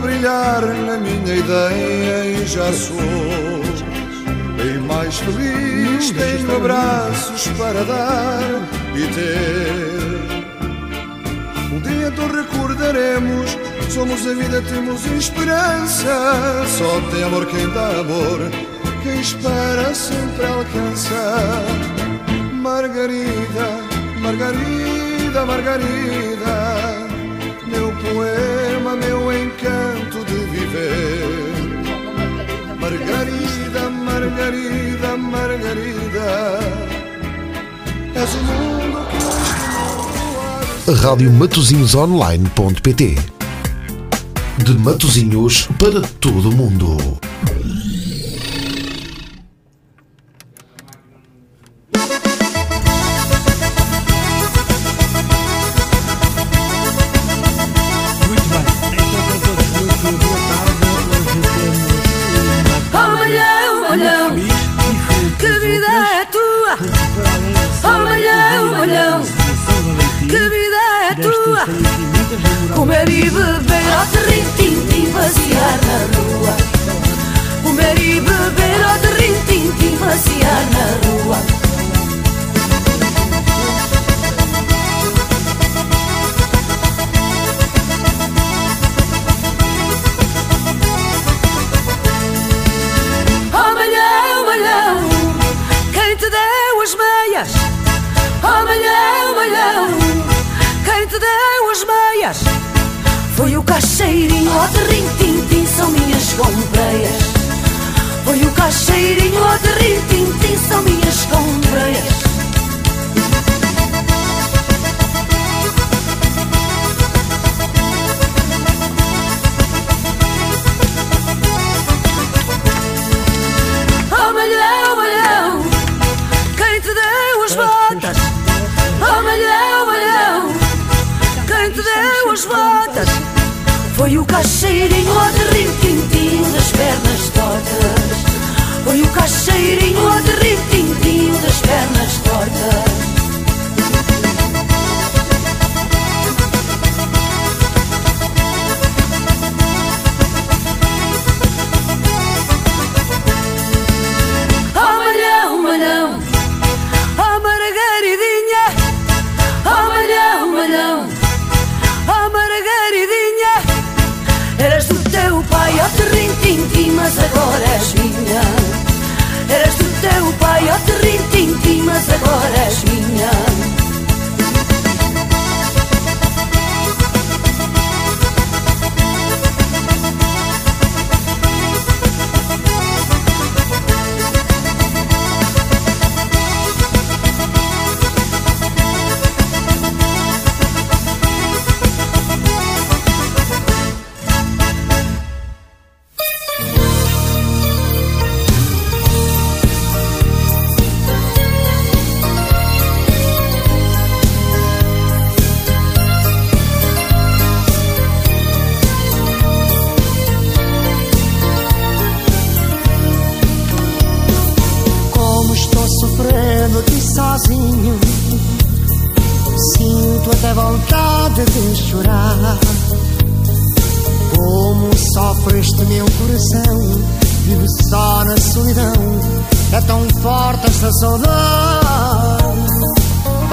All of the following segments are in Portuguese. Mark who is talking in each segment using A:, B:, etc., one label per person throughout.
A: entrar na minha ideia e já sou bem mais feliz. Tenho abraços para dar e ter. Um dia tu recordaremos. Somos a vida, temos esperança. Só tem amor quem dá amor. Quem espera sempre alcança. Margarida, Margarida, Margarida meu poema, meu encanto de viver. Margarida, Margarida, Margarida, és o mundo que hoje
B: RadioMatozinhosOnline.pt De Matozinhos para todo o mundo.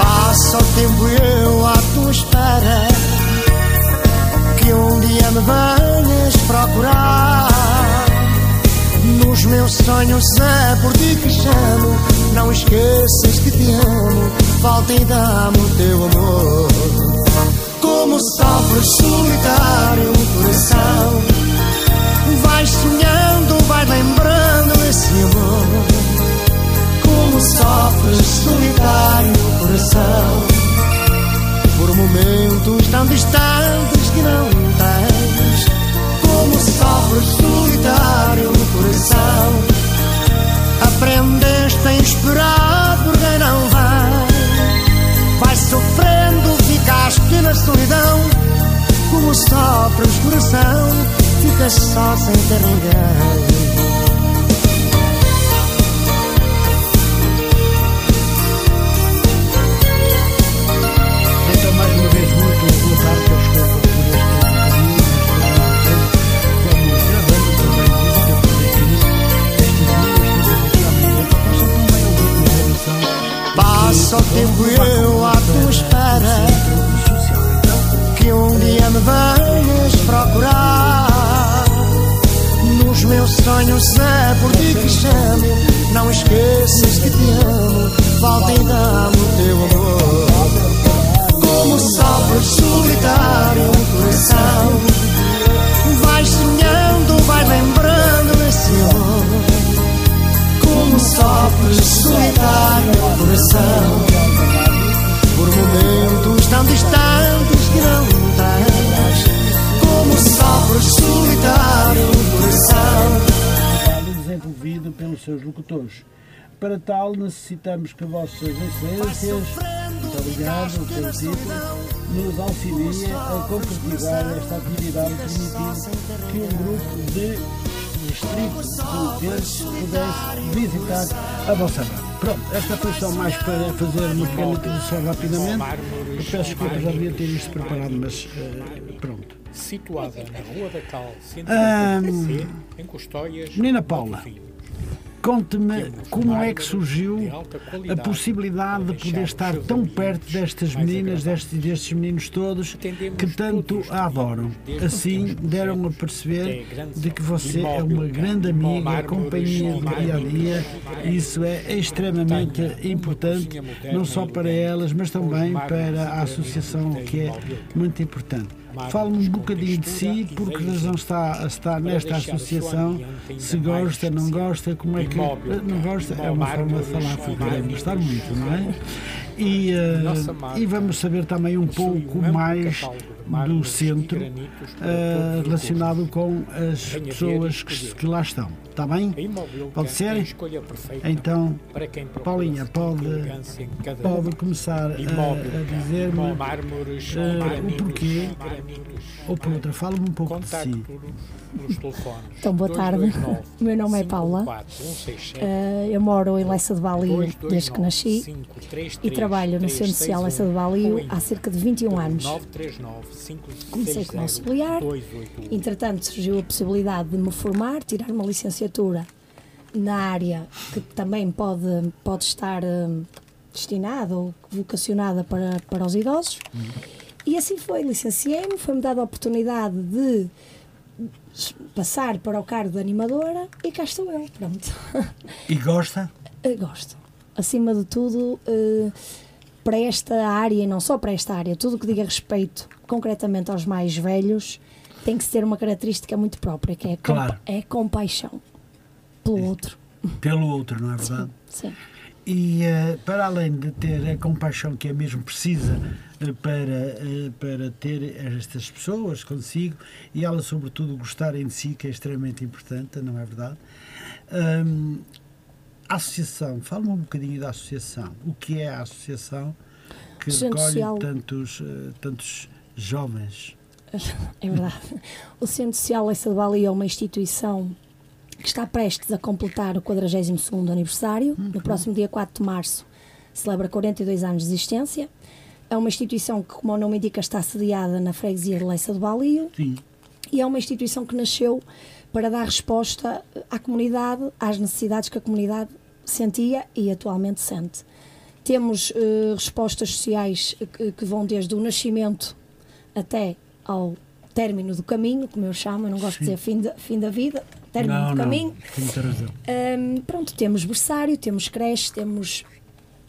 C: É um é Então, mais uma vez, muito boa tarde aos que por este caminho, como tempo eu à tua espera que um dia me venhas procurar. Nos meus sonhos é por ti que chamo. Não esqueças que te amo. Volta e dá-me o teu amor. Como sopro solitário no coração. Vai sonhando, vai lembrando desse amor. Como sopro solitário no coração por momentos tão distantes que não tens. Como sofres solitário no coração.
D: desenvolvido pelos seus locutores. Para tal, necessitamos que vossas excelências, muito obrigado pelo título, nos auxiliem a concretizar esta atividade permitindo que um grupo de distritos de utentes pudesse visitar a vossa rádio. Pronto, esta foi só mais para fazer uma pequena introdução rapidamente. Eu peço desculpa, já devia ter isto preparado, mas eh, pronto.
E: situada na Rua da Cal, centro
D: Ahm.
E: em Custóias.
D: Menina Paula.
E: Matosinhos.
D: Conte-me como é que surgiu
E: de alta
D: a
E: qualidade
D: possibilidade de
E: para
D: poder
E: deixar
D: estar
E: os seus
D: tão
E: amigos
D: perto destas
E: mais
D: meninas,
E: agradáveis.
D: destes, destes meninos todos
E: Entendemos
D: que tanto
E: todos
D: a adoram.
E: desde
D: Assim
E: pequenos
D: deram a
E: projetos
D: perceber
E: de grande
D: de que
E: saúde,
D: você é
E: imóvel,
D: uma grande
E: campo,
D: amiga,
E: mármores,
D: companhia do dia a dia.
E: mármores,
D: Isso é extremamente
E: montanha,
D: importante,
E: uma cozinha
D: não só
E: assim, moderna,
D: para elas, mas também
E: mármores
D: para a
E: modernos
D: associação,
E: têm
D: que é
E: imóvel.
D: muito importante.
E: Mármores
D: Fale-me um
E: com
D: bocadinho de si,
E: textura e
D: por que
E: veio
D: razão está, está nesta
E: deixar o seu
D: associação,
E: ambiente ainda
D: se
E: mais
D: gosta, não
E: especial.
D: gosta, como é que.
E: Imóvel,
D: Não gosta, é uma forma de falar,
E: mármores,
D: fui querer
E: mármores.
D: gostar muito, não é? E, eh,
E: Nossa marca
D: e vamos saber também um
E: possui um
D: pouco
E: amplo
D: mais
E: catálogo de
D: do
E: mármores e
D: centro
E: granitos para
D: eh,
E: todos os
D: relacionado com as
E: Venha ver e
D: pessoas que,
E: escolher.
D: que lá estão, está bem?
E: A Imóvel
D: Pode
E: Campo
D: ser?
E: é a escolha perfeita
D: Então,
E: para quem procura
D: Paulinha,
E: sentido
D: pode-
E: de elegância em cada
D: Pode
E: lugar.
D: começar a,
E: Imóvel
D: a
E: Campo,
D: dizer-me,
E: com mármores,
D: eh, o
E: granitos,
D: porquê,
E: granitos,
D: ou por outra, fala-me um pouco de si.
E: Contacto-nos nos telefones.
F: Então, boa tarde.
E: 229
F: O meu nome é Paula.
E: 54 167.
F: Ah, eu moro em Leça de Bali desde que nasci e trabalho no Centro Social Leça de Bali há cerca de 21 anos. Comecei como auxiliar, entretanto surgiu a possibilidade de me formar, tirar uma licenciatura na área que também pode, pode estar hum, destinada ou vocacionada para, para os idosos. E assim foi, licenciei-me, foi-me dada a oportunidade de passar para o cargo de animadora e cá estou eu, pronto.
D: E gosta?
F: Eu Gosto. Acima de tudo, eh, para esta área, e não só para esta área, tudo o que diga respeito concretamente aos mais velhos, tem que ter uma característica muito própria, que é a, compa
D: Claro.
F: é a compaixão pelo outro.
D: Pelo outro, não é verdade?
F: Sim.
D: E eh, para além de ter a compaixão que é mesmo precisa eh, para, eh, para ter estas pessoas consigo e elas, sobretudo, gostarem de si, que é extremamente importante, não é verdade? Ahm, a associação, fala-me um bocadinho da associação. O que é a associação que
F: O Centro
D: recolhe
F: Social-
D: tantos, eh, tantos jovens?
F: É verdade. O Centro Social Leça de Bali é uma instituição que está prestes a completar o 42º aniversário. No próximo dia 4 de março celebra 42 anos de existência. É uma instituição que, como o nome indica, está sediada na freguesia de Leça de Balio
D: Sim,
F: e é uma instituição que nasceu para dar resposta eh, à comunidade, às necessidades que a comunidade sentia e atualmente sente. Temos eh, respostas sociais eh, que, que vão desde o nascimento até ao término do caminho, como eu chamo, eu não gosto de dizer fim, de- fim da vida, término
D: não,
F: do
D: não,
F: um caminho.
D: tem muita razão.
F: Hum, pronto, temos berçário, temos creche, temos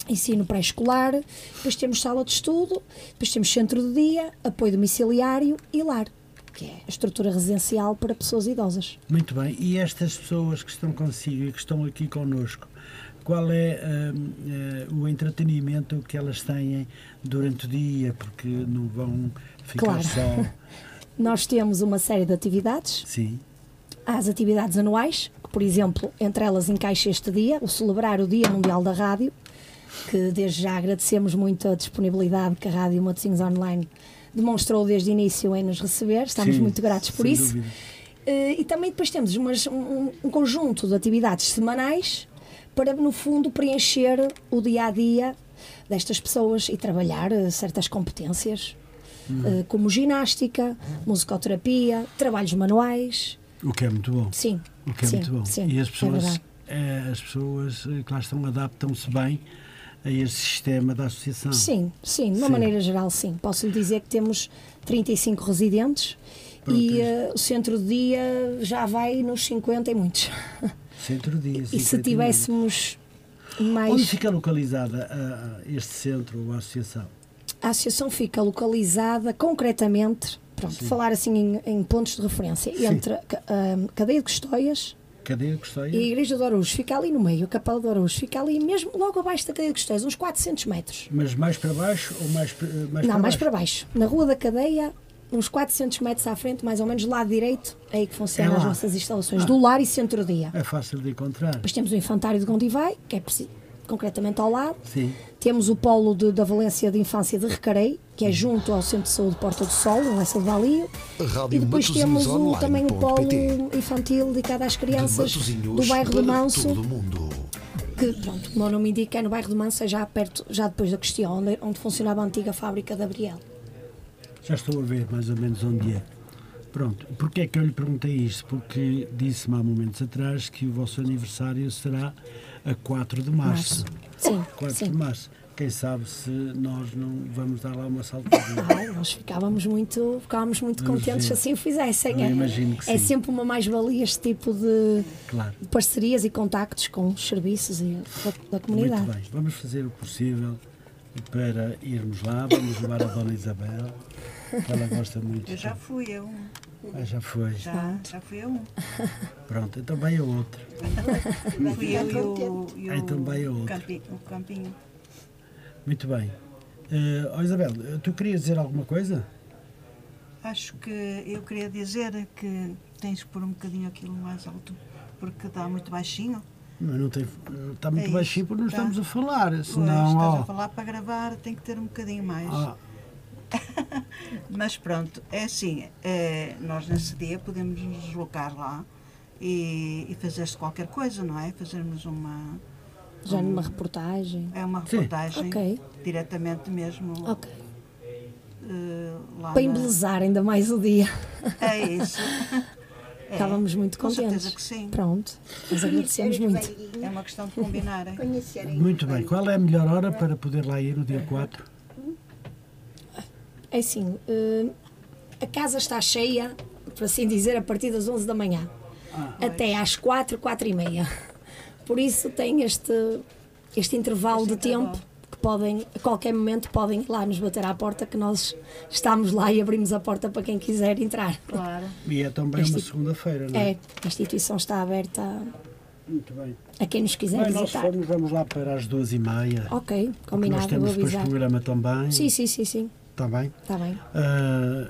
F: ensino pré-escolar, depois temos sala de estudo, depois temos centro de dia, apoio domiciliário e lar, que é a estrutura residencial para pessoas idosas.
D: Muito bem, e estas pessoas que estão consigo e que estão aqui connosco, qual é hum, eh, o entretenimento que elas têm durante o dia? Porque não vão ficar
F: Claro.
D: só.
F: Nós temos uma série de atividades,
D: Sim,
F: Há as atividades anuais, que, por exemplo, entre elas encaixa este dia, o celebrar o Dia Mundial da Rádio, que desde já agradecemos muito a disponibilidade que a Rádio Matosinhos Online demonstrou desde o início em nos receber, estamos
D: Sim,
F: muito gratos por
D: sem
F: isso.
D: dúvida.
F: Eh, E também depois temos umas- um, um conjunto de atividades semanais para, no fundo, preencher o dia a dia destas pessoas e trabalhar eh, certas competências,
D: Uhum.
F: eh, como ginástica, musicoterapia, trabalhos manuais.
D: o que é muito bom.
F: Sim.
D: O que é
F: sim,
D: muito bom.
F: Sim,
D: e as
F: É
D: pessoas,
F: verdade.
D: eh, as pessoas eh, que lá estão adaptam-se bem a este sistema da associação.
F: Sim, sim, de
D: Ah.
F: uma
D: Sim.
F: maneira geral, sim. Posso lhe dizer que temos 35 residentes
D: Pronto,
F: e
D: é
F: eh, o centro-dia já vai nos 50 e muitos.
D: Centro disso.
F: E se tivéssemos
D: Onde
F: mais.
D: fica localizada a- a este centro ou a associação?
F: A associação fica localizada concretamente, pronto, falar assim em, em pontos de referência,
D: Sim.
F: entre a ca- a Cadeia de Custóias
D: Cadeia
F: e a
D: Costeia?
F: Igreja de Orujo. Fica ali no meio, a Capela de Orujo. Fica ali mesmo logo abaixo da Cadeia de Custóias, uns 400 metros.
D: Mas mais para baixo ou mais, para- mais para
F: Não, mais
D: baixo?
F: para baixo. Na Rua da Cadeia, uns 400 metros à frente, mais ou menos, lado direito, é aí que funcionam
D: É lá.
F: as nossas instalações, do lar e centro-dia.
D: É fácil de encontrar.
F: Depois temos o Infantário de Gondivai, que é preci- concretamente ao lado.
D: Sim.
F: Temos o Polo de- da Valência de Infância de Recarei, que é junto ao Centro de Saúde Porta do Sol, no Lessa de Valio.
B: Rádio
F: E depois temos o,
B: Matosinhos
F: também o Polo
B: Online.pt.
F: Infantil dedicado às
B: De
F: crianças do
B: Matosinhos
F: bairro do
B: para
F: Manso,
B: todo mundo.
F: que, pronto, como o nome indica, é no bairro do Manso, é já perto, já depois da Questão, onde, onde funcionava a antiga fábrica da Briel.
D: Já estou a ver mais ou menos onde é. Pronto, porque é que eu lhe perguntei isto? Porque disse-me há momentos atrás que o vosso aniversário será a 4 de março.
F: Sim,
D: 4
F: sim.
D: de março. Quem sabe se nós não vamos dar lá uma saltadinha.
F: Ai, nós ficávamos muito, ficávamos muito
D: Imagino.
F: contentes se assim o fizessem.
D: Eu
F: é,
D: imagino que
F: é
D: sim.
F: sempre uma mais-valia este tipo de
D: Claro.
F: de parcerias e contactos com os serviços e da, da comunidade.
D: Muito bem, vamos fazer o possível para irmos lá, vamos levar a Dona Isabel, que ela gosta muito.
G: Eu já fui, eu.
D: Ah, já foi.
G: Já, já fui um. eu.
D: Pronto, então vai a outra.
G: Fui eu e o, e o,
D: Ah, então vai a outra.
G: campi- o Campinho.
D: Muito bem. Eh, ó Isabel, eh, tu querias dizer alguma coisa?
G: Acho que eu queria dizer que tens de pôr um bocadinho aquilo mais alto, porque está muito baixinho.
D: Não, não tem, está
G: É
D: muito
G: isso,
D: baixinho porque nós
G: tá.
D: estamos a falar,
G: Pois,
D: senão...
G: estás
D: ó, Ah,
G: a falar para gravar, tem que ter um bocadinho mais.
D: ó,
G: Mas pronto, é assim, eh, nós nesse dia podemos nos deslocar lá e, e fazer-se qualquer coisa, não é? Fazermos uma, um-
F: Já numa reportagem.
G: é uma
D: Sim.
G: reportagem
F: Ok.
G: diretamente mesmo
F: Ok.
G: eh, lá
F: Para
G: na-
F: embelezar ainda mais o dia.
G: É isso. É,
F: Ficávamos muito
G: com certeza
F: contentes.
G: que sim.
F: Pronto. Nós agradecemos muito.
G: É uma questão de combinarem.
D: muito bem, qual é a melhor hora para poder lá ir no dia 4?
F: É assim, eh, a casa está cheia, por assim dizer, a partir das 11 da manhã.
D: Ah,
F: até às 4, 4 e meia. Por isso tem este, este intervalo de tempo que podem, a qualquer momento, podem ir lá nos bater à porta que nós estamos lá e abrimos a porta para quem quiser entrar.
G: Claro.
D: E é também uma segunda-feira, não é?
F: É, a instituição está aberta
D: Muito bem.
F: a quem nos quiser
D: Bem, nós
F: é, visitar.
D: fomos, vamos lá para as duas e meia. porque
F: Ok,
D: nós
F: combinado, vou
D: temos depois
F: avisar.
D: programa também.
F: Sim, sim, sim, sim.
D: Está bem?
F: Está bem.
D: Ah,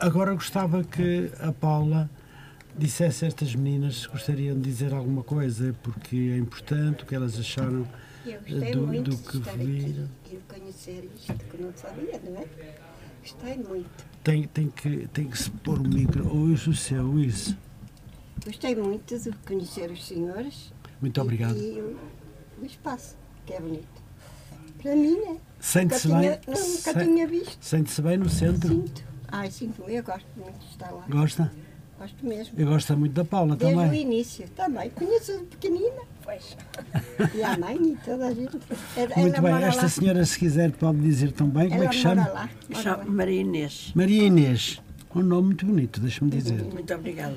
D: agora gostava que a Paula dissesse a estas meninas se gostariam de dizer alguma coisa, porque é importante o que elas acharam
H: Eu gostei
D: do-
H: muito
D: do
H: de
D: que
H: estar
D: viram.
H: aqui e de conhecer gente que não sabia, não é? Gostei muito.
D: tem, tem, que, tem que se pôr o micro, ou isso, o seu, ou isso.
H: Gostei muito de conhecer os senhores
D: Muito obrigado.
H: e o, o espaço, que é bonito. Para mim, né? Nunca
D: Sente-se bem?
H: tinha, não, nunca
D: Se-
H: tinha visto.
D: Sente-se bem no centro?
H: Sinto. Ai, sinto. Eu gosto muito de estar lá.
D: Gosta?
H: Gosto mesmo.
D: Eu gosto muito da Paula
H: Desde o
D: também.
H: início. Também. Conheço de pequenina. Pois. E a mãe e toda a gente. Ela,
D: Muito
H: ela
D: bem,
H: mora
D: esta
H: lá.
D: senhora, se quiser, pode dizer também. Como
H: Ela
D: é que chama?
H: mora lá. Mora lá.
I: Maria Inês,
D: Maria Inês. Um nome muito bonito, deixa-me dizer.
I: muito obrigada.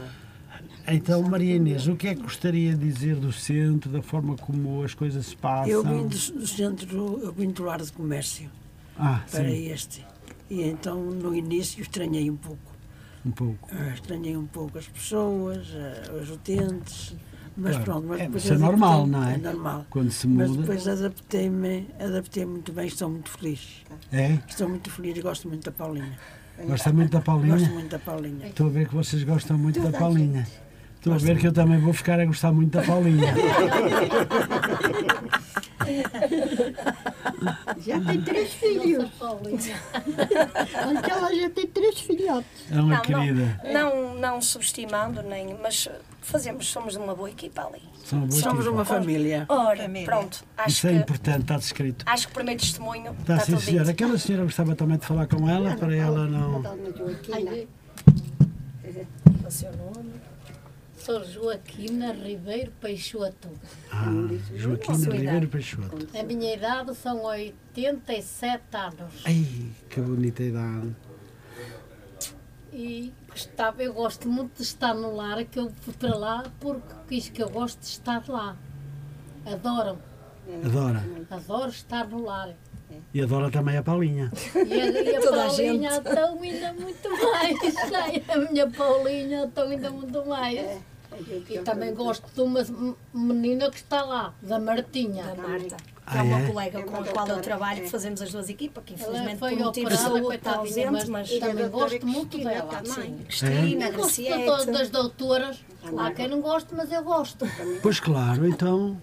D: Então, Maria Inês, o que é que gostaria de dizer do centro, da forma como as coisas se passam?
I: Eu vim do, do centro, eu vim do lar de comércio
D: Ah,
I: para
D: sim,
I: este. E então no início estranhei um pouco.
D: um pouco.
I: Ah, Estranhei um pouco as pessoas, ah, os utentes, mas
D: Claro.
I: pronto, mas
D: É,
I: depois
D: isso é normal,
I: adaptei-me.
D: não é?
I: É normal.
D: Quando se
I: Mas
D: muda.
I: depois adaptei-me, adaptei muito bem, estou muito feliz.
D: É?
I: Estou muito feliz e gosto muito da Paulinha.
D: Gosta muito da Então,
I: Gosto
D: Paulinha?
I: muito da Paulinha.
D: Estou a ver que vocês gostam muito da Paulinha. Estou a ver que eu também vou ficar a gostar muito da Paulinha.
H: Já tem três filhos. Aquela já Então, tem três filhotes.
D: É
J: Tá
D: uma querida.
F: não, não subestimando, nem, mas fazemos, somos uma boa equipa ali.
D: São uma boa
I: Somos
D: equipa.
I: uma família.
F: Ora,
G: Família.
F: pronto, acho
D: Isso é
F: que,
D: importante, está descrito.
F: acho que o primeiro testemunho
D: Está
F: está,
J: Tá
D: Tá sim,
F: tudo dito.
D: senhora. Aquela senhora gostava também de falar com ela, para ela não.
H: Dona Joaquina.
J: Sou Joaquina Ribeiro Peixoto.
D: Ah, Joaquina Ribeiro Peixoto.
J: A minha idade são 87 anos.
D: Ai, que bonita idade.
J: E gostava, eu gosto muito de estar no lar, que eu fui para lá porque quis que eu gosto de estar lá. Adoro,
D: Adora.
J: adoro estar no lar.
D: E adora também a Paulinha. é?
J: E a, e a
F: Toda a
J: Paulinha então ainda muito mais. né? Ai, a minha Paulinha então ainda muito mais. E também gosto de uma menina que está lá, da Martinha.
F: da Marta, que é
D: Ah,
F: uma
D: é?
F: colega com a qual eu
H: doutora,
F: trabalho,
H: é.
F: que fazemos as duas equipas, que
J: Ela
F: infelizmente por
J: foi
F: motivo de
J: operada,
F: saúde está
J: coitadinha,
F: ausente, mas
J: mas também gosto muito
H: Cristina
J: dela.
H: também.
J: sim.
F: Cristina,
J: Eu gosto de
F: Graciete,
J: todas das doutoras. Há quem não goste, mas eu gosto.
D: Pois claro, então.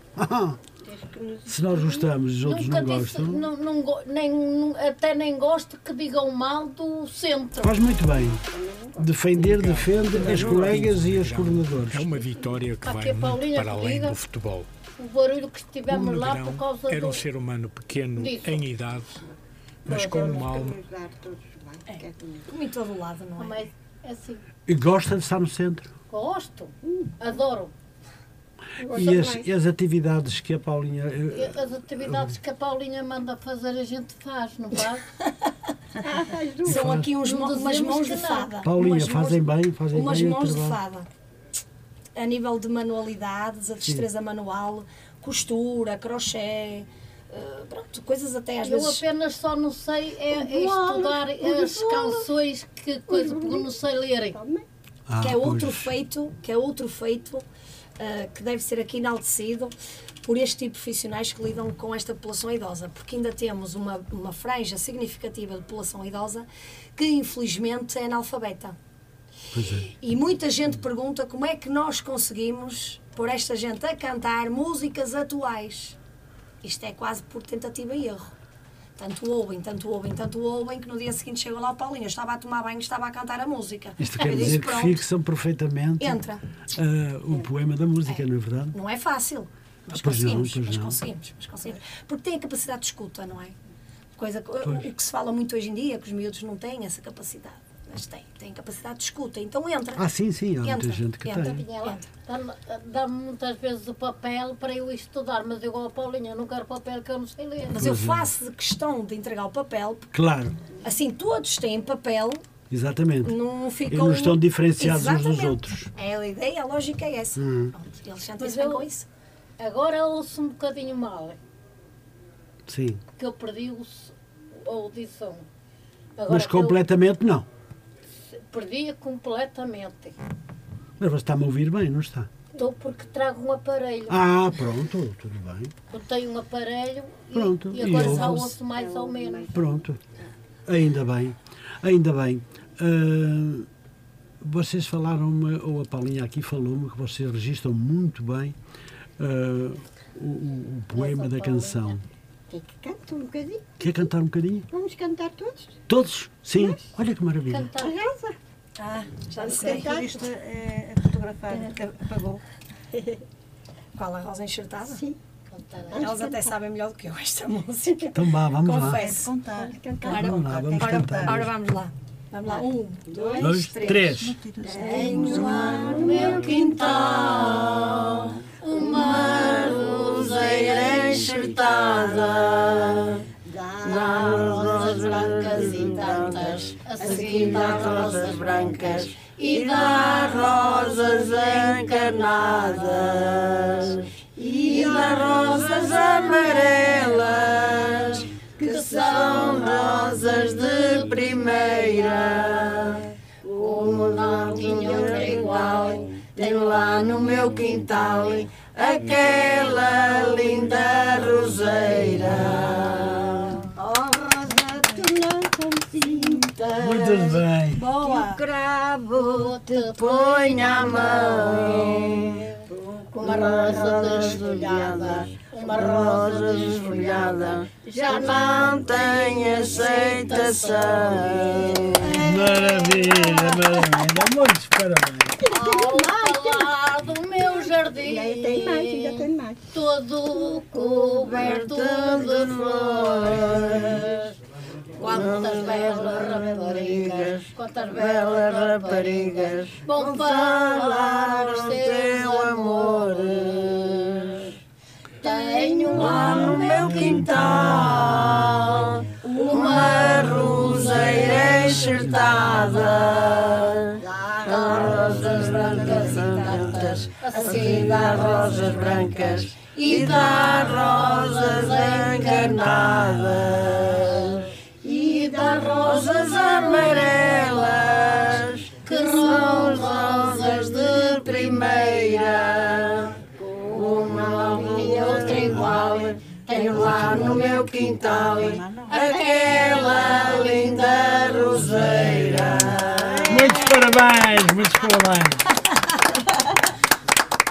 D: Se nós gostamos, os outros
J: Nunca
D: não
J: disse,
D: gostam.
J: não, não go- nem, nu- até nem gosto que digam mal do centro.
D: Faz muito bem. Defender, defende as colegas e os coordenadores.
E: É uma vitória que
J: Para
E: vai
J: que a
E: muito
J: Paulinha
E: para além
J: diga.
E: do futebol.
J: O barulho que
E: O
J: estivemos lá por
E: Negrão
J: causa
E: era
J: do.
E: um ser humano pequeno
J: Disso.
E: em idade, mas com uma alma.
F: É. como em todo o lado, não é?
J: Mas é assim,
D: E gosta de estar no centro.
J: gosto, adoro.
D: E as, e as atividades que a Paulinha. eh,
J: E As atividades que a Paulinha manda fazer, a gente faz, não faz? Um
F: São aqui uns,
J: Não
F: mo- umas
J: dizemos
F: mãos
J: que
F: de
J: não.
F: fada.
D: Paulinha,
F: umas mãos-
D: fazem bem, fazem
F: Umas
D: bem. o
F: mãos de
D: trabalho.
F: fada. A nível de manualidades, a destreza manual, costura, crochê, eh, pronto, coisas até às
J: Eu
F: vezes.
J: apenas só não sei é, é
H: bolo,
J: estudar
H: o
J: as
H: bolo.
J: canções que coisa, porque eu não sei lerem.
D: Ah,
F: que é outro
D: pois.
F: feito, que é outro feito ah, que deve ser aqui enaltecido por este tipo de profissionais que lidam com esta população idosa, porque ainda temos uma, uma franja significativa de população idosa que infelizmente é analfabeta. E muita gente pergunta como é que nós conseguimos pôr esta gente a cantar músicas atuais. Isto é quase por tentativa e erro. Tanto ouvem, tanto ouvem, tanto ouvem, que no dia seguinte chegam lá o Paulinho. Eu estava a tomar banho, estava a cantar a música.
D: Isto
F: Eu
D: quer
F: disse,
D: dizer que
F: "Pronto,
D: fixam perfeitamente
F: Entra.
D: ah, o poema da música, não é verdade?
F: Não é fácil, mas
D: Ah, pois não,
F: conseguimos,
D: pois
F: mas
D: não.
F: conseguimos, mas conseguimos. Porque tem a capacidade de escuta, não é? Coisa, que- o que se fala muito hoje em dia, é que os miúdos não têm essa capacidade, mas têm, têm capacidade de escuta, então entra.
D: Ah, sim, sim, há
F: Entra,
D: muita gente que
F: entra.
D: tem.
J: E ela dá-me dá-me muitas vezes o papel para eu estudar, mas igual a Paulinha, eu não quero papel que eu não sei ler.
F: Mas eu
D: é.
F: faço questão de entregar o papel, porque
D: Claro,
F: assim todos têm papel,
D: exatamente.
F: não ficam.
D: não estão diferenciados uns dos
F: Exatamente.
D: outros. Ah, Hum.
F: É a ideia, a lógica é essa. Pronto, eles sentem-se
J: Mas
F: bem
J: eu-
F: com isso.
J: Agora ouço um bocadinho mal,
D: Sim.
J: que eu perdi o, s- a audição. Agora
D: Mas
J: que eu
D: completamente não.
J: Perdi completamente.
D: Mas você está-me a ouvir bem, não está?
J: Estou porque trago um aparelho.
D: Ah, pronto, tudo bem.
J: Eu tenho um aparelho e-
D: Pronto,
J: e,
D: e
J: agora só
D: ouve-se.
J: ouço mais ou menos.
D: Pronto. Ainda bem. Ainda bem. Ah, vocês falaram-me, ou a Paulinha aqui falou-me, que vocês registram muito bem ah, o, o- o poema da canção.
H: Quer que canto um bocadinho?
D: Quer cantar um bocadinho?
H: Vamos cantar todos?
D: Todos? Sim. Olha que maravilha.
J: Cantar.
H: Arrasa!
F: Ah, já sei.
G: A turista é, é fotografada, apagou.
F: Qual a rosa enxertada? tá
H: Sim,
F: Elas até sabem melhor do que eu esta música.
D: Então vá, vamos lá.
G: Tem de
F: Confesso.
G: contar.
H: cantar.
F: Ora,
D: Vamos lá, vamos
F: ora,
D: cantar.
F: ora vamos lá. Vamos lá. Um, dois,
D: Dois, três.
F: Tenho lá no meu quintal uma roseira enxertada. Dá rosas brancas e tantas, a seguir dá rosas brancas e dá rosas encarnadas e dá rosas amarelas que são rosas de primeira. Como não tinha outra igual, tenho lá no meu quintal aquela linda roseira.
H: Rosa, tu não consintas.
D: Muito bem.
H: Que o cravo te
F: Põe a mão, uma rosa desfolhada, uma rosa desfolhada, já não tem aceitação.
D: Maravilha, maravilha. Muitos parabéns.
J: Ao falar do meu
H: Ainda tem mais, ainda
J: jardim,
H: tem mais.
J: todo coberto de flores. Quantas belas raparigas, quantas belas
I: belas
J: raparigas
I: raparigas
J: vão falar os teus amores. Tenho lá no meu quintal
I: uma roseira enxertada. Dá rosas brancas e tantas, assim dá rosas brancas e dá rosas encanadas e dá rosas amarelas que são rosas de primeira. Uma e outra igual tenho lá no meu quintal aquela linda roseira.
E: Muitos parabéns, muitos parabéns.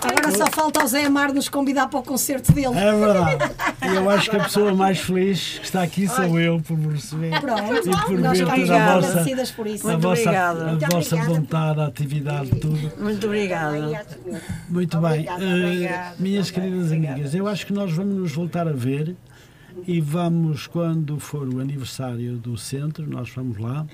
F: Agora só falta o Zé Amar nos convidar para o concerto dele.
D: É verdade. E eu acho que a pessoa mais feliz que está aqui sou eu por me receber
F: Pronto.
D: e por
F: Nós
D: ver
F: ficamos
D: toda a vossa,
F: agradecidas por isso.
D: a
I: Muito
D: vossa,
I: obrigada.
D: a
I: Muito
D: vossa
H: obrigada.
D: vontade, a atividade, tudo.
I: Muito obrigada.
D: Muito bem.
H: Obrigada,
D: Eh,
H: obrigada,
D: minhas queridas amigas, eu acho que nós vamos nos voltar a ver e vamos, quando for o aniversário do centro, nós vamos lá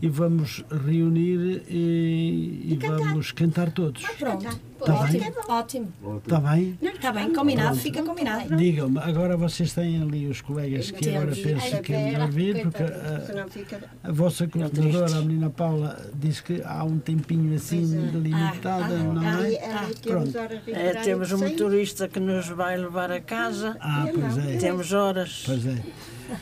D: e vamos reunir e, e vamos cantar todos.
F: Pronto.
D: Tá bem?
F: Ótimo. Ótimo.
D: Está bem?
F: Está bem, combinado, fica combinado.
D: Digam-me, agora vocês têm ali os colegas que agora penso que iam vir, porque
K: eh,
D: a,
H: Senão fica.
D: a vossa coordenadora, a menina Paula, diz que há um tempinho assim
H: é.
D: limitado,
H: Ah,
D: não
H: Aí,
D: é?
H: aí temos
D: Pronto.
H: horas de
I: Eh,
H: entrar e
I: temos
H: de
I: um
H: sair.
I: motorista que nos vai levar a casa.
D: Ah, pois é.
I: Temos horas.
D: Pois é.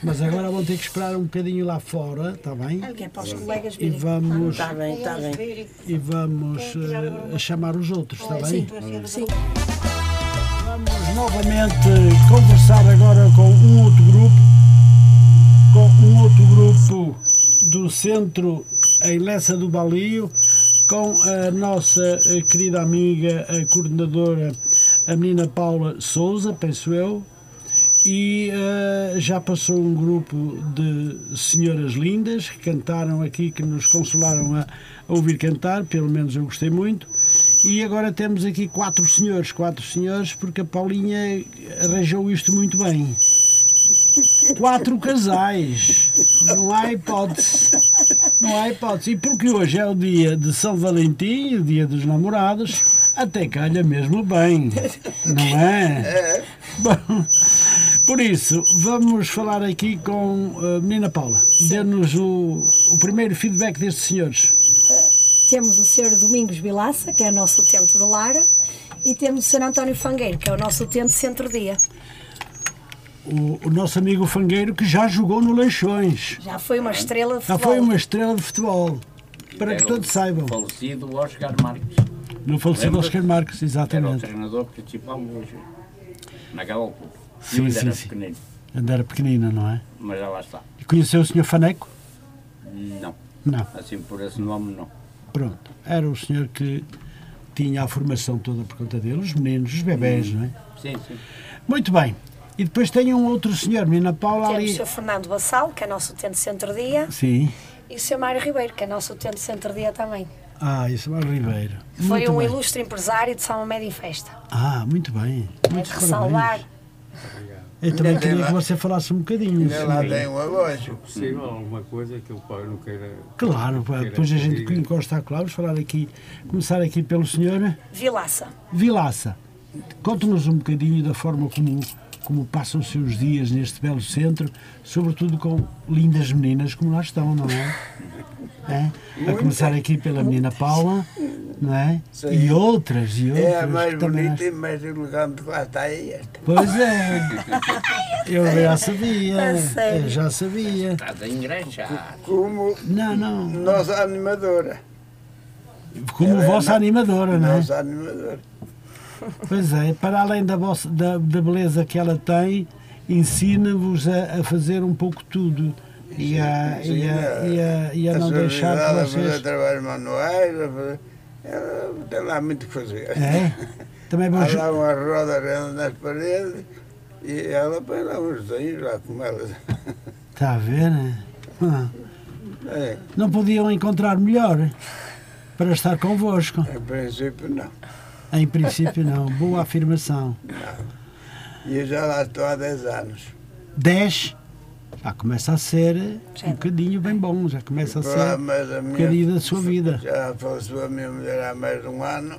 D: Mas agora vão ter que esperar um bocadinho lá fora, está bem?
F: Que é para os colegas
D: E
F: virem.
D: vamos,
I: Está Tá bem, está bem.
D: e vamos eh, chamar os outros, está bem? Vamos novamente conversar agora com um outro grupo, com um outro grupo do centro em Lessa do Balio, com a nossa eh, querida amiga, a coordenadora, a menina Paula Souza, penso eu, e eh, já passou um grupo de senhoras lindas que cantaram aqui, que nos consolaram a, a ouvir cantar, pelo menos eu gostei muito. E agora temos aqui quatro senhores, quatro senhores, porque a Paulinha arranjou isto muito bem. Quatro casais, não há hipótese. Não há hipótese. E porque hoje é o dia de São Valentim, o dia dos namorados, até calha mesmo bem, não é? Bom, por isso, vamos falar aqui com a menina Paula. Dê-nos o, o primeiro feedback destes senhores.
F: Temos o Sr. Domingos Vilaça, que é o nosso utente de Lara, e temos o Sr. António Fangueiro, que é o nosso utente de centro-dia.
D: O, o nosso amigo fangueiro que já jogou no Leixões.
F: Já foi uma estrela de
D: Tá Já
F: futebol.
D: foi uma estrela de futebol. Para
K: É,
D: que todos saibam.
K: Falecido Oscar Marques.
D: No falecido
K: Lembra-se?
D: Oscar Marques,
K: Era o
D: exatamente.
K: treinador principal hoje. Naquela altura.
D: Sim,
K: eu ainda
D: sim,
K: era
D: sim.
K: pequenino,
D: Ainda era pequenina, não é?
K: mas já lá está.
D: E conheceu o Sr. Faneco?
K: Não.
D: Não.
K: Assim por esse nome, não.
D: Pronto. Era o senhor que tinha a formação toda por conta dele, os meninos, os bebés,
K: Uhum.
D: não é?
K: Sim, sim.
D: Muito bem. E depois tem um outro senhor, menina
K: é
D: Paula,
F: Temos o
D: ali.
F: Sr. Fernando Bassal, que é nosso utente de centro-dia,
D: Sim.
F: e o Sr. Mário Ribeiro, que é nosso utente de centro-dia também.
D: Ah, isso é o Ribeiro.
F: Foi
D: Muito
F: um
D: bem.
F: ilustre empresário de Salma Média em Festa.
D: Ah, muito bem. Muitos
I: É,
F: Ressalvar.
D: parabéns. Eu também
L: Ainda tem
D: queria
L: é lá-
D: que você falasse um bocadinho.
L: Ainda lá
D: senhor.
L: tem um abaixo.
E: Possível alguma coisa que o pai não queira.
D: Claro, pá, depois a gente
E: diga.
D: encosta a Cláudio, falar aqui, começar aqui pelo senhor
F: Vilaça.
D: Vilaça. Conte-nos um bocadinho da forma como, como passam os seus dias neste belo centro, sobretudo com lindas meninas como lá estão, não é? é? A começar aqui pela menina Paula, não é?
L: Sim.
D: E outras, e outras.
L: É a mais
D: que também
L: bonita e mais elegante que lá está é esta.
D: Pois é. Eu já sabia.
F: A sério?
D: Eu já sabia.
L: Tá
K: Estás a engraxar.
L: Como
D: Não, não.
L: nossa animadora.
D: Como
L: Ela é
D: vossa
L: no-
D: animadora, não é?
L: Nossa animadora.
D: Pois é, para além da, vossa, da, da beleza que ela tem, ensina-vos a, a fazer um pouco tudo e a, e a, e a, e a não deixar
L: solidariedade,
D: que
L: a fazer
D: vocês.
L: trabalhos manuais, a fazer... Ela tem lá muito que fazer.
D: É? Também vão
L: Há
D: ju-
L: lá uma roda grande nas paredes e ela põe lá uns desenhos lá como elas.
D: Está a ver? né? Ah,
L: É,
D: Não podiam encontrar melhor para estar convosco.
L: em princípio não.
D: Em princípio, não. Boa afirmação.
L: E eu já lá estou há 10 anos.
D: 10? Já começa a ser um bocadinho bem bom, já começa a ser um bocadinho da sua vida.
L: Já faleceu a minha mulher há mais de um ano.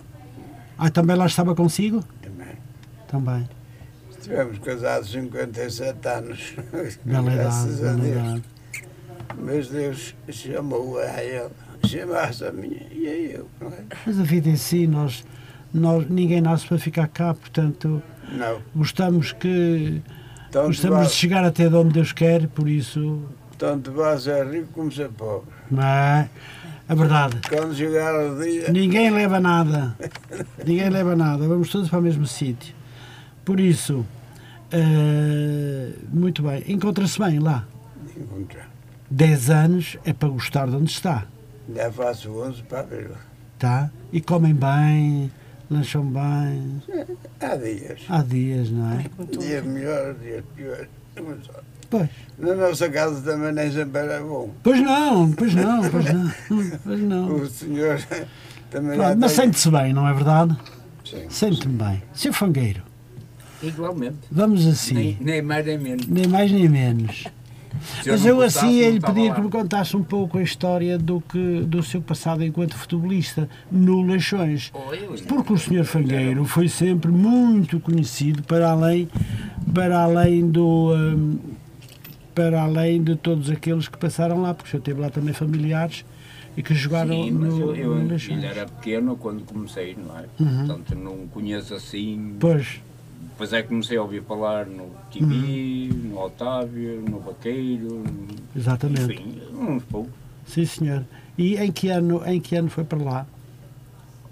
D: Ah, também lá estava consigo?
L: Também.
D: Também.
L: Estivemos casados 57 anos.
D: Bela idade,
L: Graças a
D: bela
L: Deus.
D: idade.
L: Mas Deus chamou-a a ele. Chamaste a minha e a eu, não é?
D: Mas a vida em si, nós, nós, ninguém nasce para ficar cá, portanto,
L: Não.
D: gostamos que.
L: Tanto
D: gostamos
L: vale.
D: de chegar até de onde Deus quer, por isso.
L: Tanto vás é rico como ser pobre.
D: Mas é? a verdade.
L: Quando chegar o dia.
D: Ninguém leva nada. Ninguém leva nada. Vamos todos para o mesmo sítio. Por isso, eh, muito bem. Encontra-se bem lá.
L: Encontra.
D: 10 anos é para gostar de onde está,
L: Já faço 11 para ver lá.
D: tá? E comem bem, lancham bem.
L: Há dias.
D: Há dias, não é?
L: Dias melhores, dias piores. Mas, ó,
D: Pois.
L: Na nossa casa também nem sempre era bom.
D: Pois não, pois não, pois não. Pois não.
L: O senhor também já
D: Pronto, mas
L: tem-
D: sente-se bem, não é verdade?
L: Sim.
D: Sente-me bem. Seu fangueiro,
K: Igualmente.
D: vamos assim.
K: Nem, nem mais nem menos.
D: Nem mais nem menos.
K: Se eu
D: Mas
K: não
D: eu
K: contasse,
D: assim ia
K: não
D: lhe
K: estava
D: pedir
K: lá.
D: que me contasse um pouco a história do, que, do seu passado enquanto futebolista no Leixões. Porque o Sr. Fangueiro foi sempre muito conhecido para além, para além do. hum, para além de todos aqueles que passaram lá, porque o senhor teve lá também familiares e que jogaram
K: Sim, mas
D: no,
K: eu, eu
D: no
K: ainda
D: Leixões.
K: era pequeno quando comecei, não é?
D: Uhum.
K: Portanto, não conheço assim.
D: Pois,
K: Depois é que comecei a ouvir falar no Tibi, no Otávio, no Vaqueiro. no-
D: Exatamente.
K: Enfim, uns poucos.
D: sim senhor. E em que ano, em que ano foi para lá?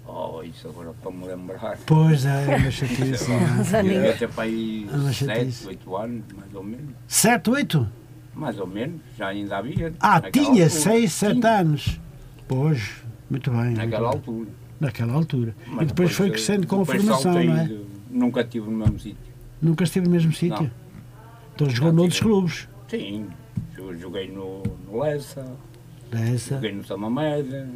K: Oh, isso agora para me lembrar.
D: Pois é, é uma chatice, não é?
K: Eu devia ter para aí
D: É uma
K: 7,
D: chatice.
K: 8 anos, mais ou menos.
D: Sete, oito?
K: Mais ou menos, já ainda havia.
D: Ah,
K: naquela
D: tinha
K: altura.
D: 6, 7 anos. Pois, muito bem. muito
K: Naquela
D: bem.
K: altura.
D: Naquela altura.
K: Mas
D: e depois foi
K: eh,
D: crescendo com a
K: depois
D: formação,
K: saltei
D: não é?
K: de- Nunca estive no mesmo sítio.
D: Nunca esteve no mesmo sítio. Então jogou noutros clubes.
K: Sim, eu joguei no, no Lessa,
D: Dessa.
K: joguei no Samamede,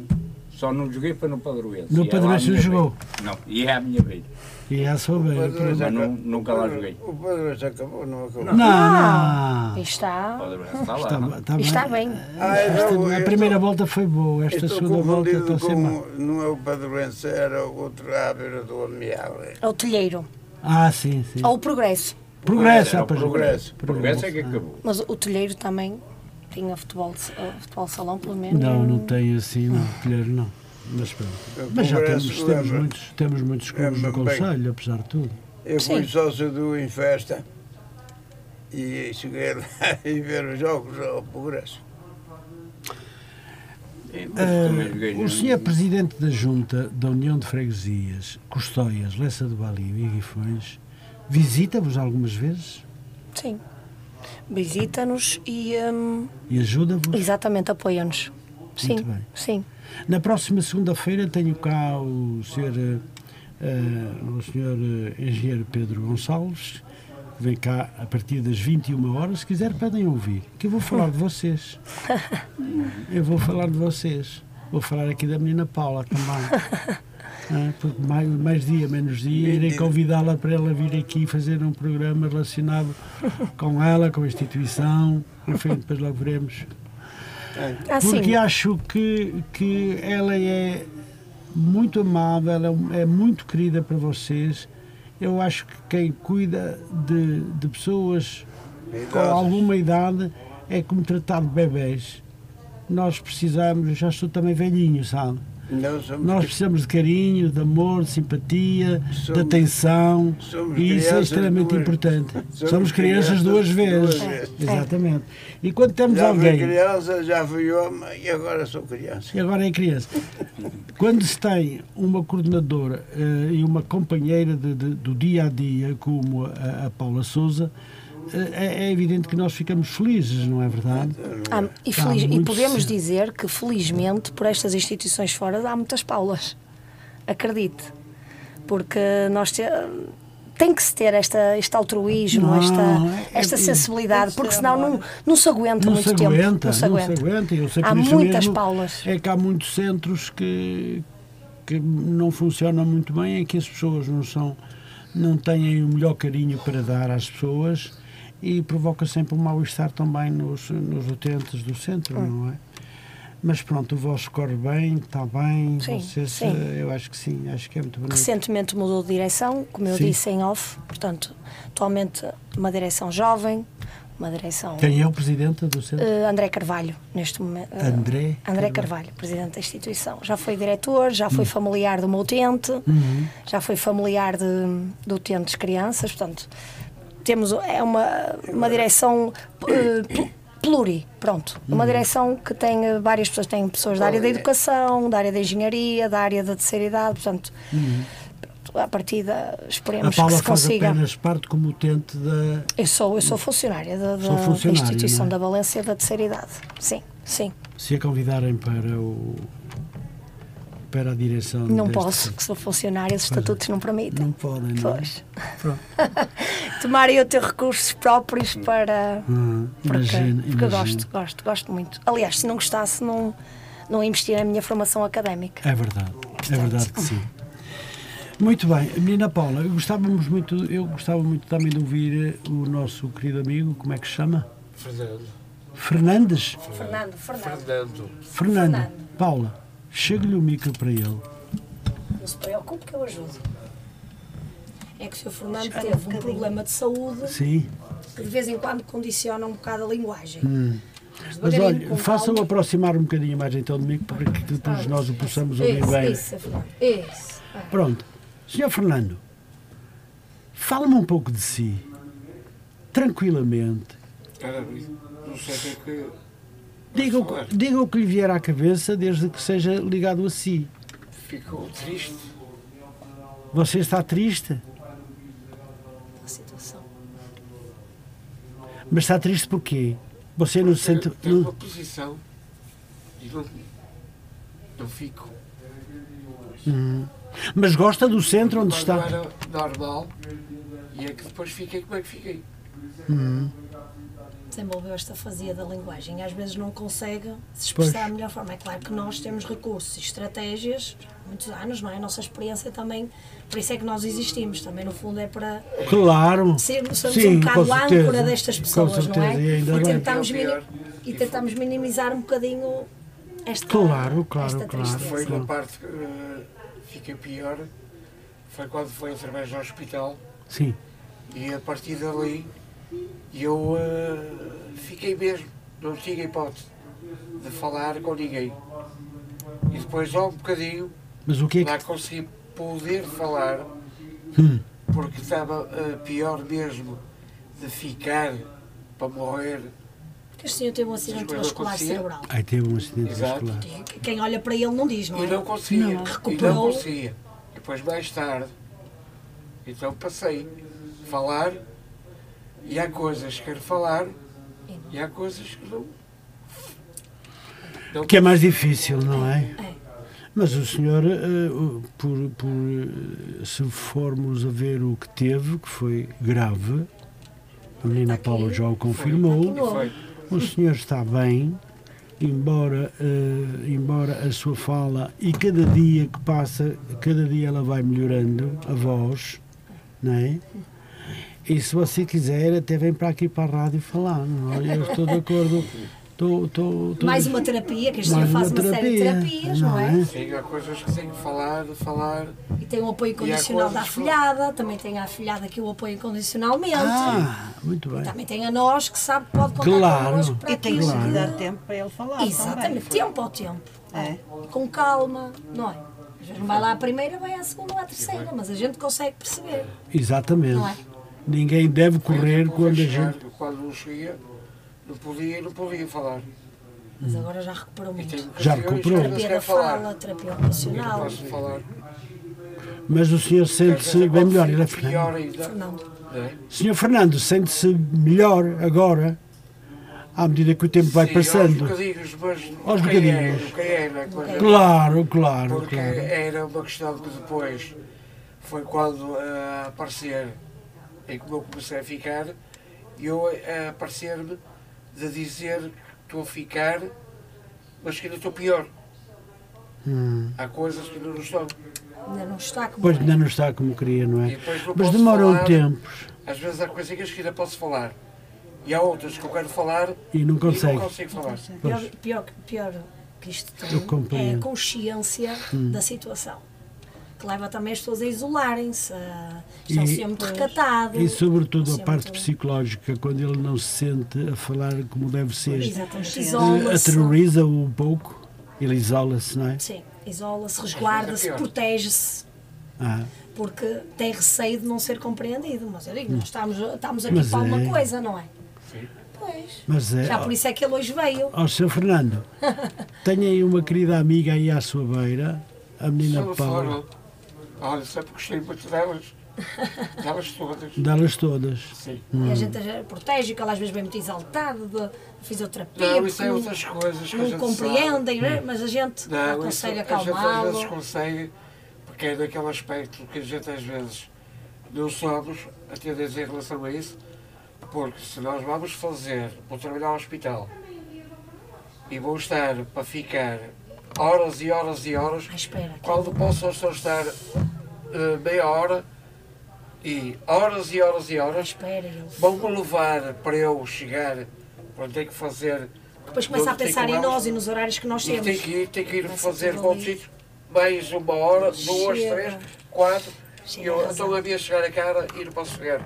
K: só não joguei para no Padroense.
D: No
K: E é lá a
D: Padroense não
K: minha
D: jogou?
K: vida. Não, e é a minha vida.
D: E é a sua vez.
K: Mas
D: pronto.
K: nu- nunca lá joguei.
L: O Pedro já acabou, não acabou?
D: Não, não.
I: Está.
K: Está Tá lá. é?
D: Está, está bem.
I: Está bem.
L: Ah, eu
D: Esta-
L: não-
D: a
L: eu
D: primeira volta foi boa, esta
L: Estou
D: segunda volta
L: confundido
D: está a ser má.
L: com, não é o Padroense, era o outro à beira do Amial.
I: É o telheiro.
D: Ah, sim, sim.
I: Ou o progresso.
D: Progresso,
K: Era
D: ah,
K: o
D: pois,
K: progresso. Progresso é que
D: ah.
K: acabou.
I: Mas o telheiro também tinha futebol, de- eh, futebol de salão, pelo menos.
D: Não, não tenho assim, não, colher não. Mas pronto.
L: Eu
D: Mas já
L: converso,
D: temos, temos,
L: lembra?
D: muitos, temos muitos clubes no
L: Lembra-me É bem.
D: Conselho, apesar de tudo.
L: Eu
I: Sim.
L: fui sócio do Em Festa e cheguei lá e ver os jogos ao Progresso.
K: É,
D: Ah, o senhor
L: um-
D: Presidente da Junta da União de Freguesias, Custóias, Lessa do Balio e Guifões, visita-vos algumas vezes
I: Sim. Visita-nos e. hum,
D: e ajuda-vos?
I: exatamente, apoia-nos. Sim.
D: Muito bem.
I: Sim.
D: Na próxima segunda-feira tenho cá o senhor, eh, o senhor eh, engenheiro Pedro Gonçalves, que vem cá a partir das 21 horas. Se quiser, pedem ouvir, que eu vou falar de vocês. Eu vou falar de vocês. Vou falar aqui da menina Paula também. Ah, Porque mais, mais dia, menos dia, irei convidá-la para ela vir aqui fazer um programa relacionado com ela, com a instituição. Enfim, depois logo veremos.
I: Ah, sim.
D: Porque acho que, que ela é muito amável, ela é muito querida para vocês. Eu acho que quem cuida de, de pessoas com
L: Idosas.
D: alguma idade é como tratar de bebês. Nós precisamos, eu já estou também velhinho, sabe?
L: Nós somos,
D: Nós precisamos de carinho, de amor, de simpatia, de
L: Somos-
D: atenção.
L: somos
D: E isso é
L: crianças
D: extremamente
L: duas-
D: importante. Somos,
L: somos
D: crianças,
L: crianças
D: duas vezes.
L: duas vezes.
D: Exatamente. E quando temos
L: já fui
D: alguém.
L: criança, já fui homem e agora sou criança.
D: E agora é criança. Quando se tem uma coordenadora eh, e uma companheira de- de- do dia a dia, como a, a Paula Souza, é, é evidente que nós ficamos felizes, não é verdade?
I: Ah, e,
D: Está
I: feliz- e
D: muito
I: podemos
D: sim.
I: dizer que, felizmente, por estas instituições fora, há muitas paulas. Acredite. Porque nós te- tem que se ter esta, este altruísmo,
D: Não,
I: esta,
D: é-
I: esta
D: é-
I: sensibilidade, porque senão não, não se aguenta
D: Não
I: muito
D: se,
I: tempo.
D: aguenta, não se aguenta, é Eu sei que
I: Há
D: por isso
I: muitas
D: mesmo
I: paulas.
D: É que há muitos centros que, que não funcionam muito é bem, em que as pessoas não são não têm o melhor carinho para dar às pessoas e provoca sempre um mal-estar também nos, nos utentes do centro,
F: Hum.
D: não é? Mas pronto, o vosso corre bem, está bem,
F: Sim,
D: vocês,
F: sim.
D: eh, eu acho que sim, acho que é muito bonito.
F: Recentemente mudou de direção, como eu
D: Sim.
F: disse em off, portanto, atualmente uma direção jovem, uma direção.
D: Quem é o presidente do centro?
F: Eh, André Carvalho, neste momento. eh,
D: André
F: André Carvalho, presidente da instituição. Já foi diretor, já foi
D: Hum.
F: familiar de uma utente,
D: Uhum.
F: já foi familiar de, de utentes crianças, portanto, temos é uma, uma direção eh, pl- pluri, pronto.
D: Hum.
F: Uma direção que tem eh, várias pessoas, tem pessoas da área da educação, da área da engenharia, da área da terceira idade, portanto,
D: Uhum.
F: à partida
D: A
F: esperemos que
D: Paula
F: se
D: faz
F: consiga.
D: apenas parte como utente da.
F: Eu sou, eu sou funcionária da, da-
D: Sou
F: da
D: funcionária,
F: instituição
D: não é?
F: da Valência da terceira idade. Sim, sim.
D: Se a convidarem para o. para a direção.
F: Não
D: deste-
F: posso, que sou funcionária, os
D: Pois é.
F: estatutos não permitem.
D: Não podem, não é?
F: Pois. Tomar eu ter recursos próprios para.
D: Ah,
F: Porque,
D: imagino,
F: porque
D: imagino.
F: eu gosto, gosto, gosto muito. Aliás, se não gostasse, não, não investir na minha formação académica.
D: É verdade, é verdade que sim. Muito bem, menina Paula, eu gostávamos muito, eu gostava muito também de ouvir eh, o nosso querido amigo, como é que se chama?
M: Fernando.
D: Fernandes?
F: Fernando, Fernando.
M: Fernando.
D: Fernando.
F: Fernando.
D: Paula, chega-lhe o micro para ele.
F: Não se preocupe que eu ajudo. É que o Sr. Fernando teve um problema de saúde
D: Sim.
F: que de vez em quando condiciona um bocado a linguagem.
D: Hum. Mas
F: devagarinho, com
D: olha, faça-o
F: calma.
D: aproximar um bocadinho mais então do micro para que depois nós o possamos ouvir
J: Isso,
D: bem.
J: isso, Fernando. Isso. Ah.
D: Pronto. Senhor Fernando, fala-me um pouco de si, tranquilamente.
M: Cara, não sei o que é que.
D: Diga o, que- diga o que lhe vier à cabeça, desde que seja ligado a si.
M: Ficou triste.
D: Você está triste,
F: A situação.
D: mas está triste porquê? Você não se sente.
M: Tenho uma posição e não. Não fico.
D: Hum. Mas gosta do centro onde
M: Quando
D: está.
M: era normal e é que depois fiquei como é que fiquei.
D: Hum.
F: Desenvolveu esta fazia da linguagem. Às vezes não consegue se
D: Pois.
F: expressar da melhor forma. É claro que nós temos recursos e estratégias há muitos anos, não é? A nossa experiência também, por isso é que nós existimos. Também, no fundo, é para
D: Claro.
F: sermos somos
D: Sim,
F: um bocado
D: com
F: a
D: certeza.
F: âncora destas
D: Com
F: pessoas, não é?
D: certeza, e ainda
F: e,
D: bem.
F: tentamos
D: É o
F: mini- e tentamos minimizar um bocadinho esta.
D: Claro, claro,
F: esta
D: claro.
F: tristeza.
M: Foi
D: claro.
M: na parte que eh, fica pior, foi quando foi através do hospital
D: Sim.
M: e a partir dali eu eh, fiquei mesmo, não tinha hipótese de falar com ninguém. E depois há um bocadinho
D: Mas o que é
M: lá
D: que.
M: consegui poder falar
D: Hum.
M: porque estava eh, pior mesmo de ficar para morrer.
F: Porque este senhor teve um acidente
M: coisas
F: vascular
M: aconteciam.
F: cerebral.
D: Ai, teve um acidente
M: Exato.
D: vascular.
F: Quem olha para ele não diz, não é?
M: E não conseguia. E não
F: Recuperou.
M: conseguia. Depois mais tarde. Então passei a falar e há coisas que quero falar e há coisas que não.
F: Então
D: Que é mais difícil, não é? Mas o senhor, eh, o- por, por, eh, se formos a ver o que teve, que foi grave, a menina Paula já o confirmou,
M: Foi.
D: o senhor está bem, embora, eh, embora a sua fala, e cada dia que passa, cada dia ela vai melhorando, a voz, não é? E se você quiser, até vem para aqui para a rádio falar, não é? Eu estou de acordo. Estou- estou- estou-
F: Mais uma terapia, que este senhor
D: Mais
F: faz uma
D: uma
F: série de
D: terapia,
F: terapias, não é?
M: Sim, há coisas que tenho que falar, de falar.
F: E tem um apoio
M: há
F: condicional da
M: coisas que-
F: afilhada, também tem a afilhada que o apoia condicionalmente.
D: Ah, muito bem.
F: Também tem a nós que sabe que pode contar
D: Claro.
F: connosco para
D: E tem que
F: aquilo
D: se dar
G: tempo para ele falar
F: Exatamente,
G: também. É.
F: tempo ao tempo. E Com calma, não é? Às vezes não vai lá à primeira, vai à segunda ou à terceira, mas a gente consegue perceber.
D: Exatamente.
F: Não é?
D: Ninguém deve correr quando a
M: Chegar,
D: gente.
M: Quando não cheguia, não podia, não podia falar.
F: Mas agora já recuperou muito.
D: Já recuperou.
F: um Terapia da fala, terapia ocupacional.
M: Posso falar.
D: Mas o senhor sente-se bem melhor. Ele é
M: Pior
D: Fernando.
M: ainda. não é?
D: Senhor Fernando, sente-se melhor agora, à medida que o tempo vai
M: Sim,
D: passando.
M: Aos bocadinhos, mas
D: Aos
M: nunca é,
D: bocadinhos.
M: nunca é, não é coisa-
D: Claro, claro,
M: Porque
D: claro.
M: era uma questão que depois foi quando ah, aparecer, em que eu comecei a ficar, e eu a aparecer-me de dizer que estou a ficar, mas que ainda estou pior.
D: Hum.
M: Há coisas que ainda não estão.
F: Ainda não está como
D: Pois
F: é.
D: ainda não está como queria, não é?
M: Depois não
D: Mas
M: posso
D: demora um
M: falar.
D: tempo.
M: Às vezes há coisinhas que ainda posso falar, E há outras que eu quero falar
D: E não consegue.
M: consigo falar.
F: Pior, pior, pior que isto tem
D: Eu compreendo.
F: é a consciência
D: Hum.
F: da situação. Que leva também as pessoas a isolarem-se, a
D: E-
F: estar sempre recatados.
D: E sobretudo a
F: sempre-
D: parte psicológica, quando ele não se sente a falar como deve ser.
F: Exatamente.
D: Eh,
F: Isola-se.
D: Aterroriza-o um pouco, ele isola-se, não é?
F: Sim, isola-se,
M: é
F: resguarda-se,
D: pior.
F: protege-se.
D: Ah,
F: Porque tem receio de não ser compreendido. Mas eu digo, nós estamos, estamos aqui
D: Hum. Mas
F: para
D: é.
F: alguma coisa, não é? Pois.
D: mas é.
F: Já por isso é que ele hoje veio.
D: Ó, Sr. Fernando, tenho aí uma querida amiga aí à sua beira, a menina
M: Só
D: Paula,
M: fora. Olha, sempre gostei muito delas. delas todas.
D: delas todas.
M: Sim.
D: Hum.
F: E a gente a- protege, que ela às vezes vem muito exaltada da fisioterapia.
M: Não, isso é
F: porque
M: outras coisas que a
F: não
M: gente
F: compreendem,
M: sabe.
F: né? mas a gente
M: Não, isso,
F: consegue
M: a gente às vezes
F: acalmá-lo.
M: consegue, porque é naquele aspecto que a gente às vezes não somos, a tendência em relação a isso, porque se nós vamos fazer, vou trabalhar ao hospital e vou estar para ficar horas e horas e horas, quando posso só estar eh, meia hora e horas e horas e horas, vão-me levar para eu chegar, pronto, tenho que fazer.
F: Depois começa a
M: onde tenho
F: pensar
M: que
F: em
M: vamos,
F: nós e nos horários que nós
M: e
F: temos.
M: tem que ir, tem que ir
F: Começa
M: fazer
F: tudo
M: bom
F: ali.
M: sítio, mais uma hora, duas,
F: Chega.
M: três, quatro.
F: Chega
M: E eu
F: arrasado.
M: então havia chegar a cara e não posso chegar.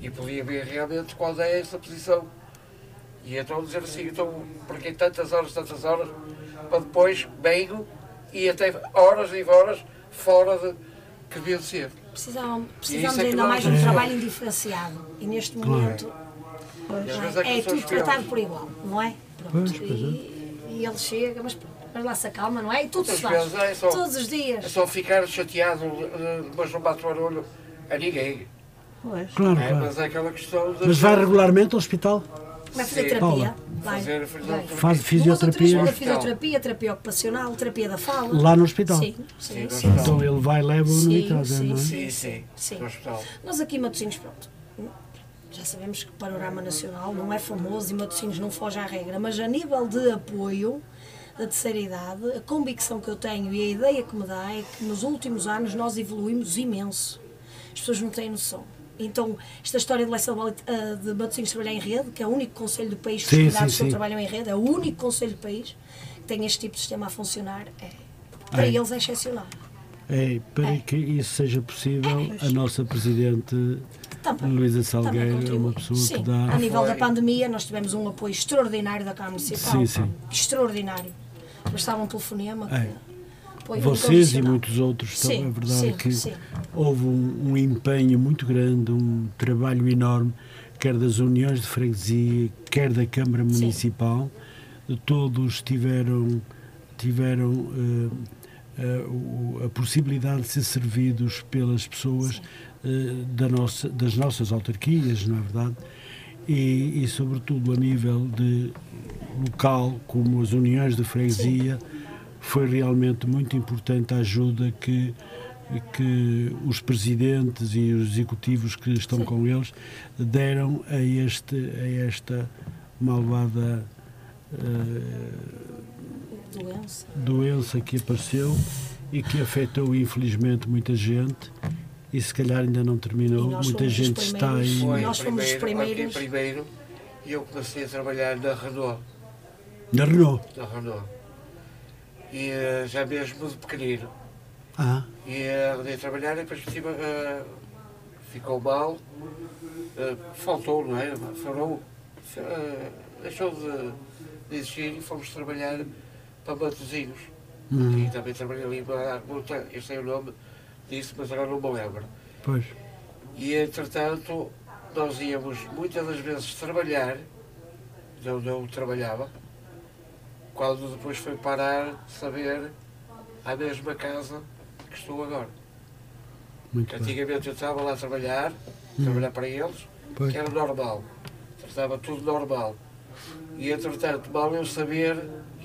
M: E podia ver realmente qual é essa posição. E então dizer assim, então porque tantas horas, tantas horas, para depois venho e até horas e horas fora de que devia ser.
F: Precisamos,
M: isso
F: precisamos
M: é que
F: ainda
M: nós-
F: mais de um trabalho indiferenciado. E neste
M: Claro.
F: momento
M: Pois.
F: não
M: Às
F: é?
M: vezes é que
F: é,
M: nós somos
F: tudo tratado
M: piores.
F: por igual, não é?
D: Pois,
F: Pronto.
D: pois é.
F: E, e ele chega, mas, mas lá se acalma, não é? E tudo se
M: Outras
F: faz.
M: vezes é só-
F: Todos os dias.
M: É só ficar chateado, eh, mas não bate o olho a ninguém.
D: Claro,
M: É,
D: claro.
M: mas é aquela questão de-
D: Mas vai regularmente ao hospital?
F: Vai fazer terapia?
D: Paula,
F: Vai.
M: Fazer
F: Vai.
D: Faz
F: Duas ou três
D: fisioterapia?
F: vezes fisioterapia, terapia ocupacional, terapia da fala.
D: Lá no hospital?
F: Sim, sim, sim.
D: Então ele vai, leva-o no
F: Sim,
D: Itaza,
F: sim,
D: não é?
F: sim.
M: sim,
F: Sim.
M: no hospital.
F: Nós aqui em Matosinhos, pronto. Já sabemos que o panorama nacional não é famoso e Matosinhos não foge à regra, mas a nível de apoio da terceira idade, a convicção que eu tenho e a ideia que me dá é que nos últimos anos nós evoluímos imenso. As pessoas não têm noção. Então, esta história de Leicester Valley, ah, de Matosinhos trabalhar em rede, que é o único conselho do país,
D: Sim,
F: que os cuidados
D: sim,
F: só
D: sim.
F: trabalham em rede, é o único conselho do país que tem este tipo de sistema a funcionar, é, para
D: É.
F: eles é excepcional.
D: É, para que isso seja
F: É,
D: possível, a nossa Presidente
F: Também.
D: Luísa
F: Também
D: Salgueiro é
F: contribui.
D: uma pessoa
F: Tá Sim.
D: que dá.
F: A nível da pandemia, nós tivemos um apoio extraordinário da Câmara Municipal.
D: Sim, sim.
F: Extraordinário. Bastava um telefonema.
D: É.
F: Apoio
D: Vocês e
F: incondicional.
D: muitos outros,
F: Sim,
D: também é verdade
F: sim,
D: que
F: sim.
D: houve um, um empenho muito grande, um trabalho enorme, quer das uniões de freguesia, quer da Câmara Municipal, todos tiveram, tiveram eh, eh, o- a possibilidade de ser servidos pelas pessoas eh, da nossa, das nossas autarquias, não é verdade? E, e, sobretudo, a nível de local, como as uniões de freguesia, foi realmente muito importante a ajuda que, que os presidentes e os executivos que estão com eles deram a, este, a esta malvada eh,
F: Doença.
D: doença que apareceu e que afetou infelizmente muita gente e se calhar ainda não terminou.
F: E nós
D: Muita
F: fomos os
D: gente está aí.
M: Foi
F: Nós fomos os
M: primeiro, marquei
F: primeiros.
M: primeiro e eu comecei a trabalhar na Renault.
D: Na Renault.
M: Na Renault. E eh, já mesmo de pequenino.
D: Ah.
M: E eh, andei a trabalhar e depois por cima eh, ficou mal. Eh, faltou, não é? Falou. eh, deixou de, de existir e fomos trabalhar para Matosinhos.
D: Uhum.
M: E também trabalhei ali para a Guta, eu sei o nome disso, mas agora não me lembro.
D: Pois.
M: E entretanto, nós íamos muitas das vezes trabalhar, de onde eu trabalhava, quando depois foi parar, saber, à mesma casa que estou agora.
D: Muito
M: Que antigamente eu estava lá a trabalhar, trabalhar para eles,
D: Pois.
M: que era normal. Tratava tudo normal. E entretanto, mal eu saber,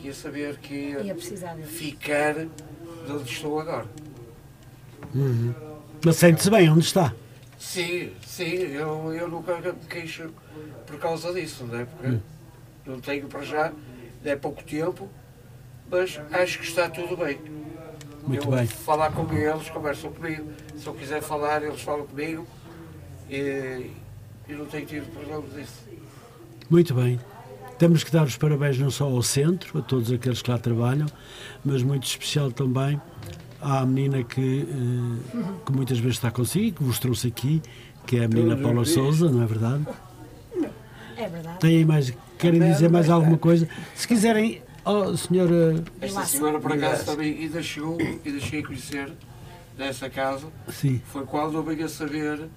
M: ia saber que ia,
F: Ia precisar deles.
M: ficar de onde estou agora.
D: Uhum. Mas sente-se bem onde está.
M: Sim, sim, eu, eu nunca me queixo por causa disso, não é? Porque
D: Hum.
M: não tenho para já, é pouco tempo, mas acho que está tudo bem.
D: Muito
M: eu
D: bem.
M: falar com eles, conversam comigo, se eu quiser falar, eles falam comigo e, e não tenho tido problemas disso.
D: Muito bem. Temos que dar os parabéns não só ao centro, a todos aqueles que lá trabalham, mas muito especial também à menina que, eh, que muitas vezes está consigo, e que vos trouxe aqui, que é a menina
M: Todos os
D: Paula
M: dias.
D: Souza, não é verdade?
F: É verdade.
D: Tem aí mais, querem dizer mais alguma coisa? Se quiserem, oh, senhora.
M: Esta senhora, por acaso, também ainda chegou, ainda cheguei a conhecer dessa casa.
D: Sim.
M: Foi quando eu vim a saber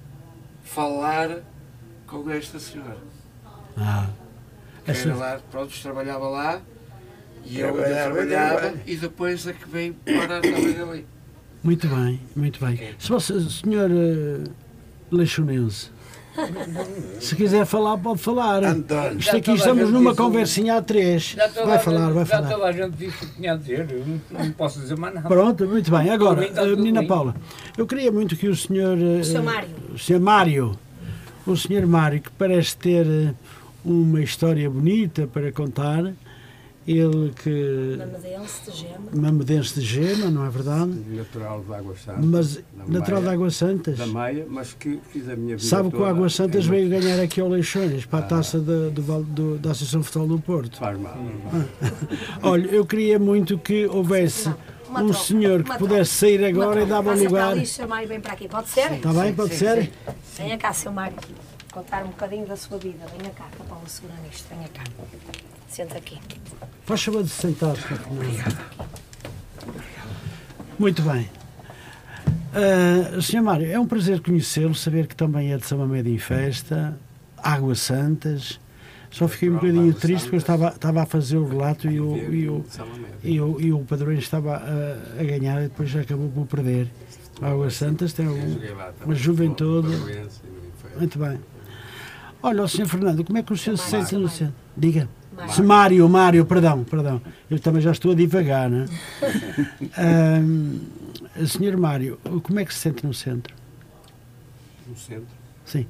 M: falar com esta senhora.
D: Ah,
M: Que
D: Essa-
M: era lá, pronto, trabalhava lá e eu ainda
L: Trabalhava,
M: trabalhava
L: trabalhava.
M: e depois é que veio parar também ali.
D: muito bem, muito bem. Se você, senhora Leixonense, se quiser falar, pode falar. Isto
K: Já
D: aqui
K: toda a
D: estamos
K: gente
D: numa
K: disse-
D: conversinha a três. Vai falar, vai
K: Já
D: falar.
K: toda a gente disse o que tinha a dizer, eu não, não posso dizer mais nada.
D: Pronto, muito bem. Agora,
K: Por mim está
D: a
K: tudo
D: menina
K: bem.
D: Paula, eu queria muito que o senhor. eh,
F: O senhor Mário.
D: O senhor Mário, o senhor Mário, que parece ter eh, uma história bonita para contar, ele que.
F: Mamadense de gema.
D: Mamadense de gema, não é verdade?
E: Natural de Águas Santas.
D: Mas
E: da
D: natural de
E: Maia-
D: Águas Santas.
E: Da Maia, mas que fiz a minha vida
D: Sabe que o
E: toda é
D: Águas Santas
E: em-
D: veio ganhar aqui ao Leixões,
E: Ah.
D: para a taça da, do Val- do- da Associação Futebol do Porto.
E: Faz mal.
D: Olha, eu queria muito que houvesse um senhor que pudesse sair agora e dava um
F: Passa para
D: lugar.
F: ali, o senhor Mário vem para aqui, pode ser?
D: Está bem, pode ser?
F: Venha cá, seu Mário, contar um bocadinho da sua vida. Venha cá, que a Paula segura nisto. Venha cá. Senta aqui.
D: Faz favor de sentar-se. por favor. Muito bem. Ah, Sr. Mário, é um prazer conhecê-lo, saber que também é de Samamede em Festa, Águas Santas. Só fiquei um bocadinho triste porque eu estava, estava a fazer o relato e o, e o, e o, e o Padroeiro estava a, a ganhar e depois já acabou por perder. Águas Santas tem algum,
E: Joguei lá também.
D: uma juventude.
E: Padroense, e foi-
D: Muito bem. Olha, o Sr. Fernando, como é que o senhor se
E: Mário.
D: sente no centro? Diga.
E: Mário.
D: Se Mário, Mário, perdão, perdão. Eu também já estou a divagar, não é? Ahm, senhor Mário, como é que se sente no centro?
E: No centro.
D: Sim.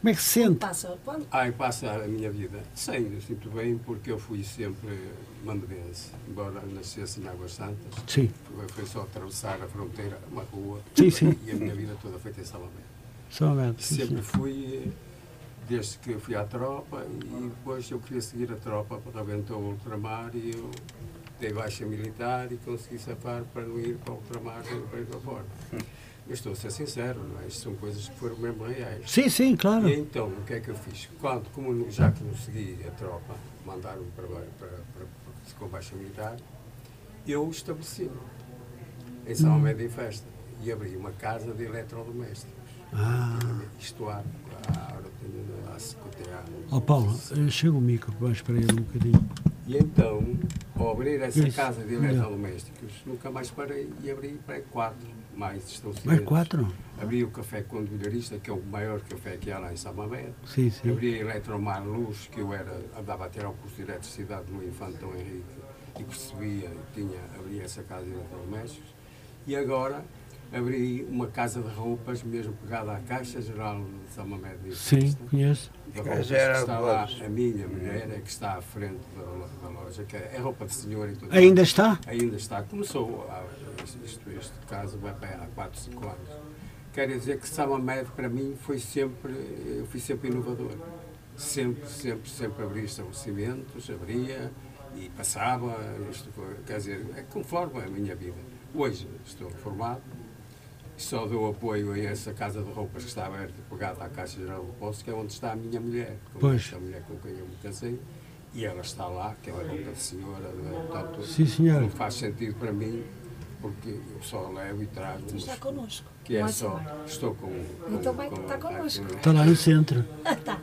D: Como é que se sente?
F: Passa, quando?
E: Ai, passa a minha vida. Sim, eu sinto bem porque eu fui sempre mandebense, embora nascesse em Águas Santas.
D: Sim.
E: Foi, foi só atravessar a fronteira, uma rua,
D: Sim, sim.
E: e a minha vida toda feita em Salomé.
D: Salomé, um sim,
E: Sempre
D: sim.
E: fui, eh, desde que eu fui à tropa, e depois eu queria seguir a tropa, porque aguentou o ultramar e eu dei baixa militar e consegui safar para não ir para o ultramar nem para ir para fora.
D: Hum.
E: Mas estou a ser sincero, não é? Isto são coisas que foram mesmo reais.
D: Sim, sim, claro.
E: E então, o que é que eu fiz? Quando, como já consegui a tropa, mandaram-me para, para, para, para com baixa militar, eu estabeleci-me em São Almeida em Festa e abri uma casa de eletrodomésticos.
D: Ah.
E: Isto há, há, ora, tenho- há 50 anos.
D: Ó Paulo, eh, chega o micro mais para ele um bocadinho.
E: E então, ao abrir essa
D: Isso,
E: casa de
D: melhor.
E: eletrodomésticos, nunca mais parei e abri para quatro mais estabelecimentos.
D: Mais quatro?
E: Abri o Café Condominiarista, que é o maior café que há lá em Samamé.
D: Sim, sim.
E: Abri a Eletromar Luz, que eu era, andava a ter ao curso de eletricidade no Infantão Henrique e percebia, tinha, abri essa casa de eletrodomésticos. E agora abri uma casa de roupas, mesmo pegada à Caixa Geral de Samamé. de
D: Sim, conheço.
E: da roupa que está lá, a minha mulher é que está à frente da, lo- da loja, que é roupa de senhor e tudo.
D: Ainda está?
E: Ainda está. Começou, há- isto, este caso vai para há 4, 5 anos. Quer dizer que Samamed para mim foi sempre, eu fui sempre inovador. Sempre, sempre, sempre abri estabelecimentos, abria e passava, isto foi- quer dizer, é conforme a minha vida. Hoje estou formado, só dou apoio a essa casa de roupas que está aberta e pegada à Caixa Geral do Poço, que é onde está a minha mulher, com
D: Pois.
E: esta mulher com quem eu me casei, e ela está lá, que é uma roupa de senhora, não é? Portanto,
D: Sim, senhora.
E: não faz sentido para mim, porque eu só levo e trago.
F: Mas está
E: umas-
F: connosco.
E: Que é
F: Não é
E: só,
F: assim?
E: estou com. um com
F: Então vai,
E: com-
F: está
E: com-
F: connosco.
D: Está Tá lá no centro.
F: Está.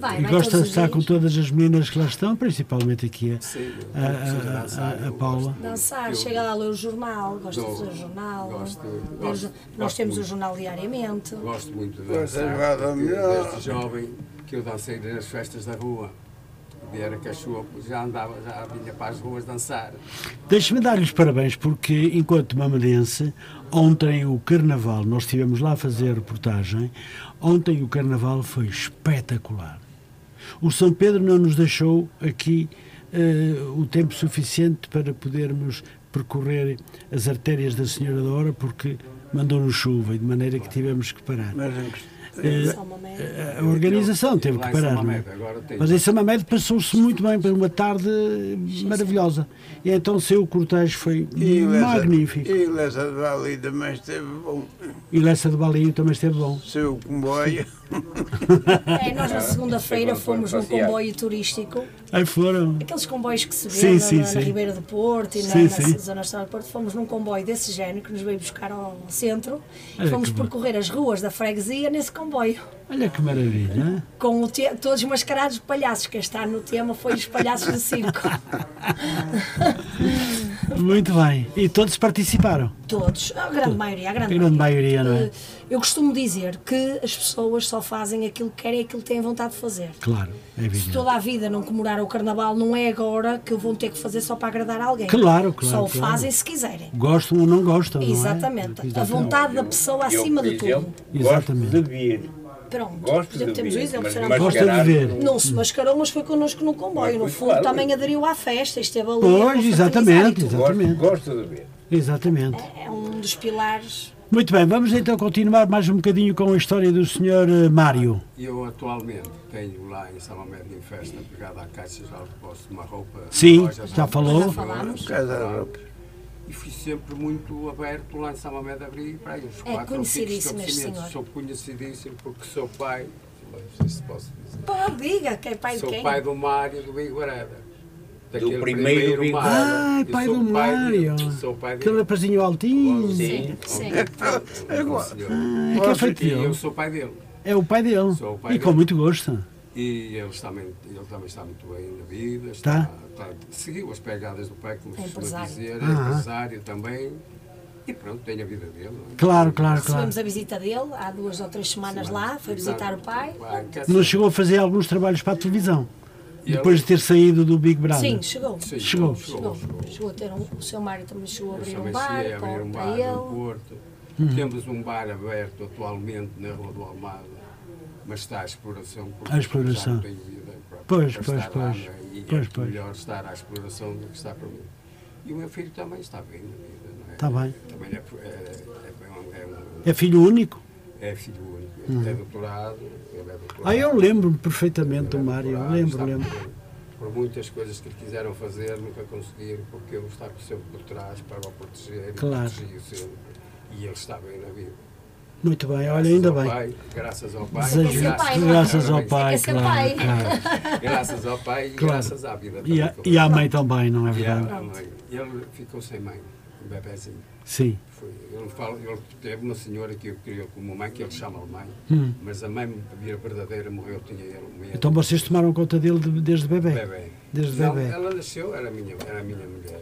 F: Vai,
D: e
F: vai
D: gosta
F: todos
D: de
F: os
D: estar
F: dias.
D: com todas as meninas que lá estão, principalmente aqui a,
E: Sim,
D: a, a, a- a Paula.
F: Dançar,
E: Eu-
F: chega lá a ler o jornal, gosta de
E: Dou-
F: fazer o jornal.
E: gosto-
F: Ler o
E: gosto-
F: jor- Nós
E: gosto
F: temos o
E: muito.
F: jornal diariamente.
E: Gosto muito de
L: Gosto de
E: dançar,
L: jogar
E: porque
L: dominó.
E: desde jovem que eu dancei nas festas da rua. Viera cachorro, já andava, já vinha para as ruas dançar.
D: Deixe-me dar-lhe os parabéns, porque enquanto mamadense, ontem o carnaval, nós estivemos lá a fazer a reportagem, ontem o carnaval foi espetacular. O São Pedro não nos deixou aqui eh, o tempo suficiente para podermos percorrer as artérias da Senhora da Hora, porque mandou-nos chuva e de maneira que tivemos que parar.
L: Mas é,
D: a organização teve que parar. Não é? Mas em Samamed passou-se muito bem, para uma tarde maravilhosa. E então seu cortejo foi
L: E Lessa-
D: magnífico.
L: E Lessa de Bali também esteve bom.
D: E Lessa de Balinho também esteve bom.
L: Seu comboio.
F: É, nós na segunda-feira
L: Sim,
F: fomos num
L: passear.
F: comboio turístico.
D: Aí foram.
F: Aqueles comboios que se vê
D: Sim,
F: na,
D: sim,
F: na
D: sim.
F: Ribeira do Porto e na,
D: Sim,
F: na
D: sim.
F: zona histórica do Porto, fomos num comboio desse género que nos veio buscar ao centro
D: Olha
F: e fomos
D: que bom.
F: percorrer as ruas da freguesia nesse comboio.
D: Olha que maravilha.
F: Com o te- todos mascarados de palhaços, que este ano o tema foi os palhaços do circo.
D: Muito bem. E todos participaram.
F: Todos, a grande maioria, a grande,
D: A grande maioria, não é?
F: Eh, Eu costumo dizer que as pessoas só fazem aquilo que querem e aquilo que têm vontade de fazer.
D: Claro, é
F: Se
D: evidente.
F: toda a vida não comemorar o carnaval, não é agora que vão ter que fazer só para agradar alguém.
D: Claro, claro,
F: Só o
D: claro.
F: fazem se quiserem.
D: Gostam ou não gostam, não é?
F: Exatamente. A vontade da pessoa
I: Eu,
F: acima
I: por
F: de tudo.
I: exemplo, gosto de vir.
F: Pronto.
I: Gosto
F: por exemplo,
I: de
F: temos o
I: ver,
F: exemplo.
I: mas
F: será
I: gosto
F: que-
I: de ver.
F: Não se mascarou, mas foi connosco no comboio. No fundo, também aderiu à festa. Esteve ali. a é
D: Pois,
F: confraternizar
D: exatamente,
F: e tudo.
D: exatamente.
I: Gosto de ver.
D: Exatamente.
F: É um dos pilares.
D: Muito bem, vamos então continuar mais um bocadinho com a história do Sr. Mário.
E: Eu atualmente tenho lá em Salamed em festa pegada à caixa já posso uma roupa.
D: Sim,
E: loja de
D: já
E: roupa,
D: falou.
E: de
D: Já falámos.
L: Casa de roupa.
E: E fui sempre muito aberto lá em Salamed a abrir para aí uns quatro ou cinco
F: É conhecidíssimo este
E: estabelecimentos.
F: senhor.
E: Sou conhecidíssimo porque sou pai, não sei se posso dizer,
F: Pá, diga, que é pai de
E: sou
F: quem?
E: pai do Mário do Iguareda. Daquele
I: primeiro Iguareda.
E: Mário.
D: Ai,
E: Eu
D: Ah, pai
E: sou
D: do Mário.
E: dele, Sou pai dele.
D: Aquele rapazinho altinho.
E: Sim, sim.
D: É Ah, que é feito
E: E eu
D: dele.
E: sou pai dele.
D: É o pai dele.
E: Sou o pai
D: e com
E: dele.
D: muito gosto.
E: E ele também, ele também está muito bem na vida,
D: Está?
E: está, está- seguiu as pegadas do pai, como se costuma
F: Empresário.
E: dizer, é
D: Aham.
E: empresário também, e pronto, tem a vida dele. não é?
D: Claro, Ah, claro, claro.
F: Recebemos a visita dele há duas ou três semanas lá. Foi visitar o pai.
D: Mas chegou a fazer alguns trabalhos para a televisão.
E: E então
D: Depois de ter saído do Big Brother.
F: Sim, chegou.
D: Sim, Chegou.
F: Chegou. Chegou a ter um. O seu Mário também chegou a
E: Eu
F: abrir um
E: também
F: bar
E: cheguei a
F: para,
E: abrir um
F: para
E: bar no
F: ele.
E: Porto,
D: Uhum.
E: temos um bar aberto atualmente na Rua do Almada, mas está à exploração, porque
D: À exploração.
E: já não tenho vida para,
D: Pois,
E: para
D: pois,
E: estar lá,
D: pois.
E: não é? e
D: Pois,
E: é
D: pois.
E: melhor estar à exploração do que estar para mim. E o meu filho também está bem na vida, não é?
D: Está Tá bem.
E: Também é, é- é- é um-
D: É filho único?
E: É filho único.
D: Uhum.
E: Ele é doutorado, ele é doutorado.
D: Ah, eu lembro-me perfeitamente do Mário. Eu Lembro,
E: Está
D: lembro.
E: por- Por muitas coisas que quiseram fazer, nunca conseguiram, porque eu estava sempre por trás para o proteger. e
D: Claro.
E: protegi-o sempre. E ele está bem na vida.
D: Muito bem, olha, ainda
E: ao
D: bem.
E: Pai, graças ao é pai. né? é
D: Desejo- graças ao é pai, claro, claro.
E: Graças ao pai e
D: Claro.
E: graças à vida.
D: E a-
E: também.
D: e à mãe também, não
E: E
D: é
E: à
D: verdade?
E: mãe. Ele ficou sem mãe, um bebezinho.
D: Sim.
E: Foi, ele, fala, ele teve uma senhora que eu criou como mãe, que ele chama de mãe,
D: Hum.
E: mas a mãe minha verdadeira morreu, tinha ele um mês.
D: Então vocês tomaram conta dele de- desde bebê?
E: Bebê.
D: Desde
E: Não,
D: bebê.
E: Ela nasceu, era minha, era minha mulher.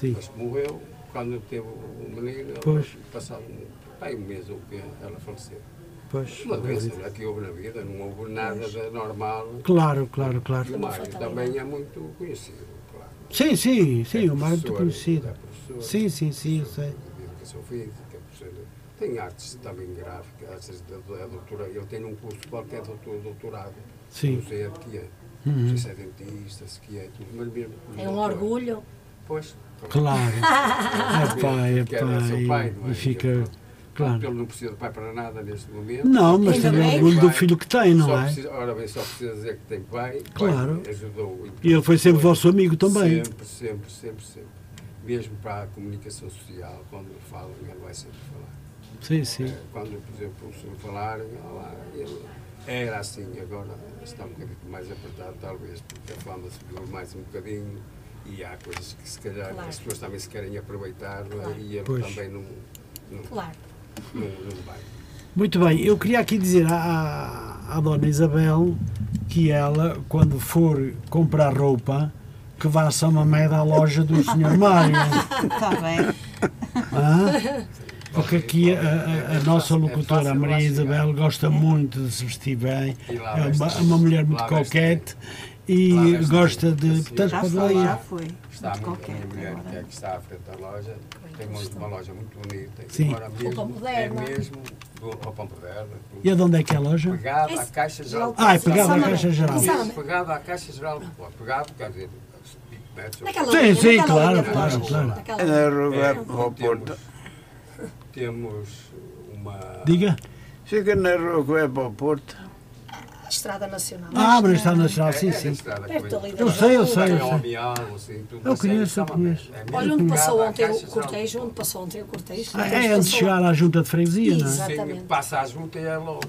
D: Sim.
E: Mas morreu quando teve o menino,
D: Pois.
E: passado um, pai, um mês ou o quê, ela faleceu.
D: Pois,
E: Uma
D: não
E: doença
D: acredito.
E: né, que houve na vida, não houve nada de normal.
D: Claro, claro, claro.
E: E o Mário também é muito conhecido, claro.
D: Sim, sim, sim, o Mário é muito
E: professor,
D: conhecido.
E: é professor.
D: Sim, sim, sim, eu sei.
E: de educação física, professor, tem artes também gráficas, artes da da é doutora, ele tem um curso qualquer doutor, doutorado,
D: Sim.
E: não sei é de que é,
D: Uhum.
E: não sei se é dentista, se que é, tudo, mas mesmo como
F: É um
E: doutor.
F: orgulho.
E: Pois.
D: Claro. É pai, é
E: Porque era seu pai,
D: pai.
E: não é?
D: E fica. Claro.
E: Ele não precisa de pai para nada neste momento.
D: Não, mas Ainda tem bem. orgulho do filho que tem, não
E: Só
D: é?
E: precisa- ora bem, só precisa dizer que tem pai. pai
D: Claro.
E: ajudou.
D: E ele foi sempre vosso amigo também.
E: Sempre, sempre, sempre, sempre. Mesmo para a comunicação social, quando falam, ele vai sempre falar.
D: Sim, sim.
E: Eh, Quando, por exemplo, o senhor falar, lá, ele era assim, agora está um bocadinho mais apertado, talvez, porque a fama subiu mais um bocadinho e há coisas que se calhar
F: Claro.
E: as pessoas também se querem aproveitar não é?
F: Claro.
E: e ele
D: Pois.
E: também não, não,
F: Claro.
E: não, não vai.
D: Muito bem, eu queria aqui dizer à, à- à Dona Isabel que ela, quando for comprar roupa, que vá a Samamed à loja do Sr. Mário.
H: Está bem.
D: Hã? Porque aqui a,
E: É
D: a- a nossa locutora, a Maria Isabel, gosta muito de se vestir bem.
E: E lá
D: É uma,
E: veste
D: uma mulher muito
E: Lá veste
D: coquete e gosta de. Portanto,
E: Já
D: pode
E: foi,
D: lá ir.
E: já foi. assim. Está muito bem, a mulher que é que está à frente da loja. Tem muito, uma loja muito bonita.
D: Sim.
E: Agora mesmo,
F: Roupa moderna.
E: É mesmo do- roupa moderna.
D: E a de onde é que é a loja?
E: Pegada à Caixa Geral.
D: Ah, é pegada à Caixa Geral.
E: Isso, Pegada à Caixa Geral. Pô, Pegado, quer dizer...
L: Naquela Sim, linha, sim, naquela claro, linha de claro, lojas. claro.
D: É,
E: Naquela
L: Era
E: linha.
L: roubar para o
E: Temos-
L: Porto.
E: Temos uma...
D: Diga.
L: Fica na rua que vai para o Porto.
N: A Estrada Nacional.
D: Ah, abre a Estrada Nacional, sim, sim.
N: Perto ali da
D: Eu sei, eu sei.
N: Cultura.
D: Eu,
E: assim,
D: sei. eu conheço, eu conheço.
E: é
N: Olha onde passou ontem o cortejo, onde passou ontem o cortejo.
D: Ah, É antes de chegar à junta de freguesia, não é?
N: Exatamente.
E: Passa à junta e é logo.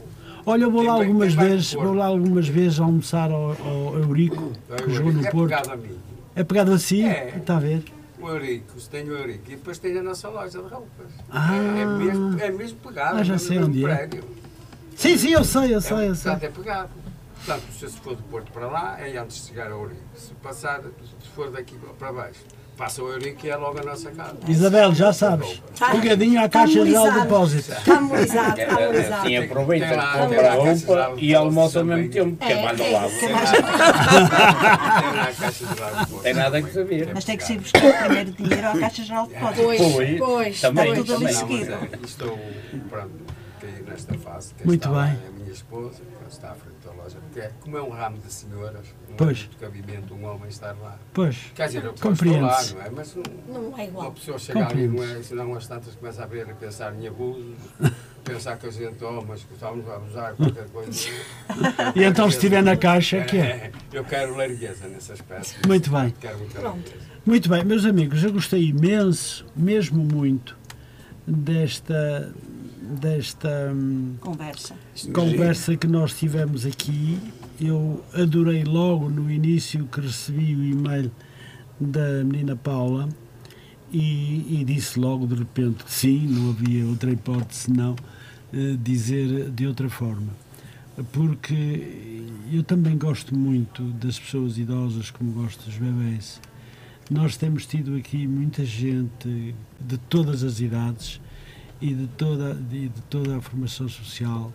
D: Olha, eu vou lá
E: Tem bem-
D: algumas
E: tem bem
D: vezes,
E: no Porto.
D: vou lá algumas vezes almoçar ao, ao Eurico, que jogou no
E: é
D: Porto.
E: pegado a mim.
D: É pegado assim?
E: É.
D: Está a ver?
E: O Eurico, se tem o Eurico. E depois tem a nossa loja de roupas.
D: Ah.
E: É, é mesmo, é mesmo pegado.
D: Ah, já
E: é
D: sei
E: mesmo
D: onde é.
E: prédio.
D: Sim, sim, eu sei, eu
E: é,
D: sei, eu sei.
E: portanto, é pegado. Portanto, se se for do Porto para lá, é antes de chegar ao Eurico. Se passar, se for daqui para baixo, passa o Eurico e é logo a nossa casa.
D: Isabel, já sabes. Pegadinho à Caixa Geral de Depósitos.
K: Tá
N: Memorizado,
E: É,
K: Assim
N: memorizado.
K: aproveita
E: Tem
K: de
E: lá-
K: comprar a
E: tem lá caixas de
K: roupa
E: água
K: e almoça ao mesmo tempo, que é mais do lado.
E: Tem lá- tem lá a caixa de água.
K: Tem nada que saber.
G: Mas tem que se ir buscar primeiro dinheiro à Caixa Geral de Depósitos.
K: Pois, pois,
G: está
K: também,
G: tudo
K: também.
G: ali seguido.
E: Estou, pronto, caí nesta fase. que
D: Muito
E: está
D: bem.
E: A minha esposa, que está à frente da loja, porque é- como é um ramo de senhoras, não
D: Pois.
E: é muito cabimento um homem estar lá.
D: Pois,
E: Quer dizer, eu posso estar lá,
D: compreende-se.
E: não é? Mas não,
N: Não é igual.
E: uma pessoa chega ali, não é? Senão as tantas começa a ver e pensar em abusos, pensar que a gente, oh, mas que estamos a abusar, qualquer coisa.
D: E então, se estiver na caixa, que é?
E: Eu quero largueza nesse aspecto.
D: Muito bem.
E: Quero muita largueza.
D: Muito bem, meus amigos, eu gostei imenso, mesmo muito, desta, desta hum,
G: Conversa.
D: conversa que nós tivemos aqui. Eu adorei logo no início que recebi o e-mail da menina Paula e, e disse logo de repente que sim, não havia outra hipótese senão eh, dizer de outra forma. Porque eu também gosto muito das pessoas idosas, como gosto dos bebés. Nós temos tido aqui muita gente de todas as idades e de toda, e de toda a formação social.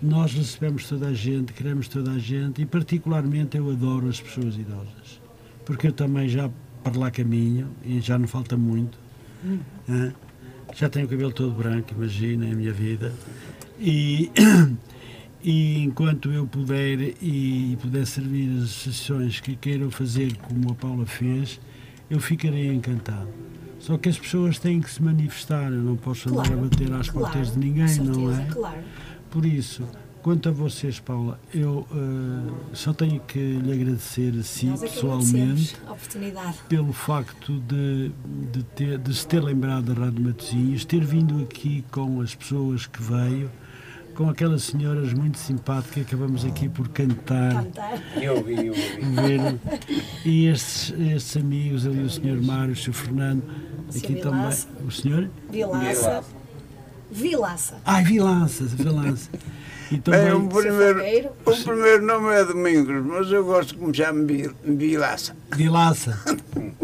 D: Nós recebemos toda a gente, queremos toda a gente e, particularmente, eu adoro as pessoas idosas. Porque eu também já para lá caminho e já não falta muito. Hã? Já tenho o cabelo todo branco, imagina, é a minha vida. E, e enquanto eu puder e puder servir as sessões que queiram fazer como a Paula fez, eu ficarei encantado. Só que as pessoas têm que se manifestar, eu não posso andar a bater às portas de ninguém, não é?
N: Claro.
D: Por isso, quanto a vocês, Paula, eu eh, só tenho que lhe agradecer a si
N: Nós é que
D: pessoalmente
N: agradecemos a oportunidade.
D: pelo facto de, de, ter- de se ter lembrado da Rádio Matosinhos, ter vindo aqui com as pessoas que veio, com aquelas senhoras muito simpáticas que acabamos aqui por cantar.
K: Eu vi, eu vi.
D: Ah. Ver, e estes, estes amigos ali, o Sr. Mário, o Sr. Fernando,
N: Sr.
D: aqui também.
N: Vilaça.
D: O senhor?
N: Vilaça. Vilaça.
D: Ai, Vilança, Vilança. E também.
L: Bem, um primeiro, um primeiro nome é Domingos, mas eu gosto de me chamar Vil- Vilaça.
D: Vilaça.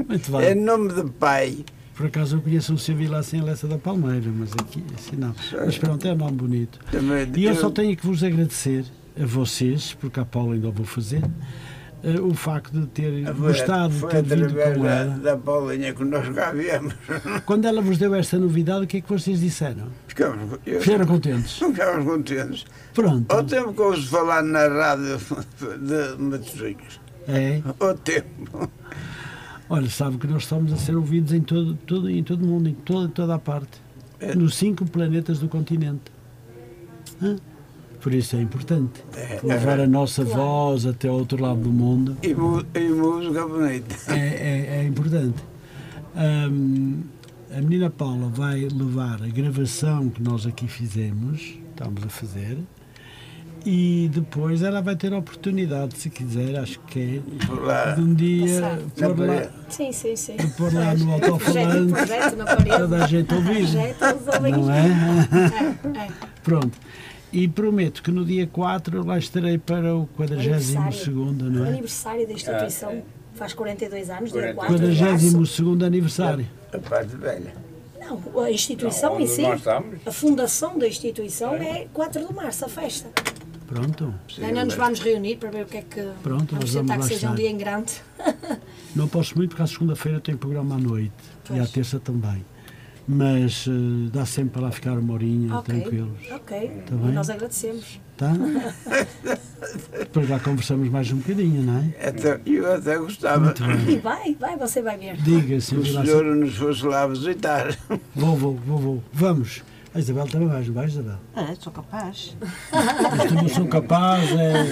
D: Muito bem.
L: É nome de pai.
D: Por acaso eu conheço o Sr. Vilaça em Lessa da Palmeira, mas aqui, assim não. Mas pronto, é um nome bonito.
L: Também-
D: E eu
L: eu-
D: só tenho que vos agradecer a vocês, porque a Paula ainda o vou fazer, eh, o facto de terem
L: Foi-
D: gostado de
L: foi
D: ter vindo
L: através
D: com
L: da,
D: ela.
L: da Paulinha que nós cá viemos.
D: Quando ela vos deu esta novidade, o que é que vocês disseram?
L: Ficamos, eu-
D: Ficaram contentes.
L: ficamos contentes.
D: Pronto.
L: Ao tempo que ouço falar na rádio de Matosinhos.
D: É.
L: Ao tempo.
D: Olha, sabe que nós estamos a ser ouvidos em todo, todo, em todo o mundo, em toda, toda a parte.
L: É.
D: Nos cinco planetas do continente. Hã? Por isso é importante. Levar a nossa voz até ao outro lado do mundo
L: E, mu- e música bonita.
D: é, é- é importante. Hum, a menina Paula vai levar a gravação que nós aqui fizemos, estamos a fazer, e depois ela vai ter a oportunidade, se quiser, acho que é,
L: lá.
D: de um dia
L: Passar.
D: pôr lá,
N: Sim, sim, sim.
D: de pôr lá no
N: Projeto,
D: alto-falante
N: projeto na parede.
D: toda a gente ouvir.
N: Projeto, eles ouvem
D: Não
N: isto.
D: é?
N: É, é.
D: Pronto. E prometo que no dia 4 eu lá estarei para o 42º,
N: Aniversário.
D: não é?
N: Aniversário da instituição. Faz 42 anos, dia 4 de março.
D: 42º aniversário.
L: A parte velha.
N: Não, a instituição
K: Não,
N: em
K: onde
N: si,
K: nós estamos.
N: a fundação da instituição é 4 de março, a festa.
D: Pronto.
N: Ainda nos vamos reunir para ver o que é que.
D: Pronto,
N: vamos
D: nós vamos
N: tentar
D: lá
N: que seja um
D: estar.
N: dia em grande.
D: Não posso muito porque à segunda-feira eu tenho programa à noite e à
N: Pois.
D: terça também. Mas eh, dá sempre para lá ficar uma horinha,
N: ok.
D: tranquilos.
N: Ok.
D: Tá bem?
N: Nós agradecemos.
D: Tá? Depois lá conversamos mais um bocadinho, não é?
L: Até, eu até gostava
D: Muito bem.
N: E vai, vai, você vai ver.
D: Diga,
L: que
D: Sr.
L: o
D: Vilaça.
L: senhor nos fosse lá visitar.
D: Vou, vou, vou, vou. Vamos. A Isabel também vais, não vais, Isabel?
G: É, sou capaz.
D: Mas tu não sou capaz, é.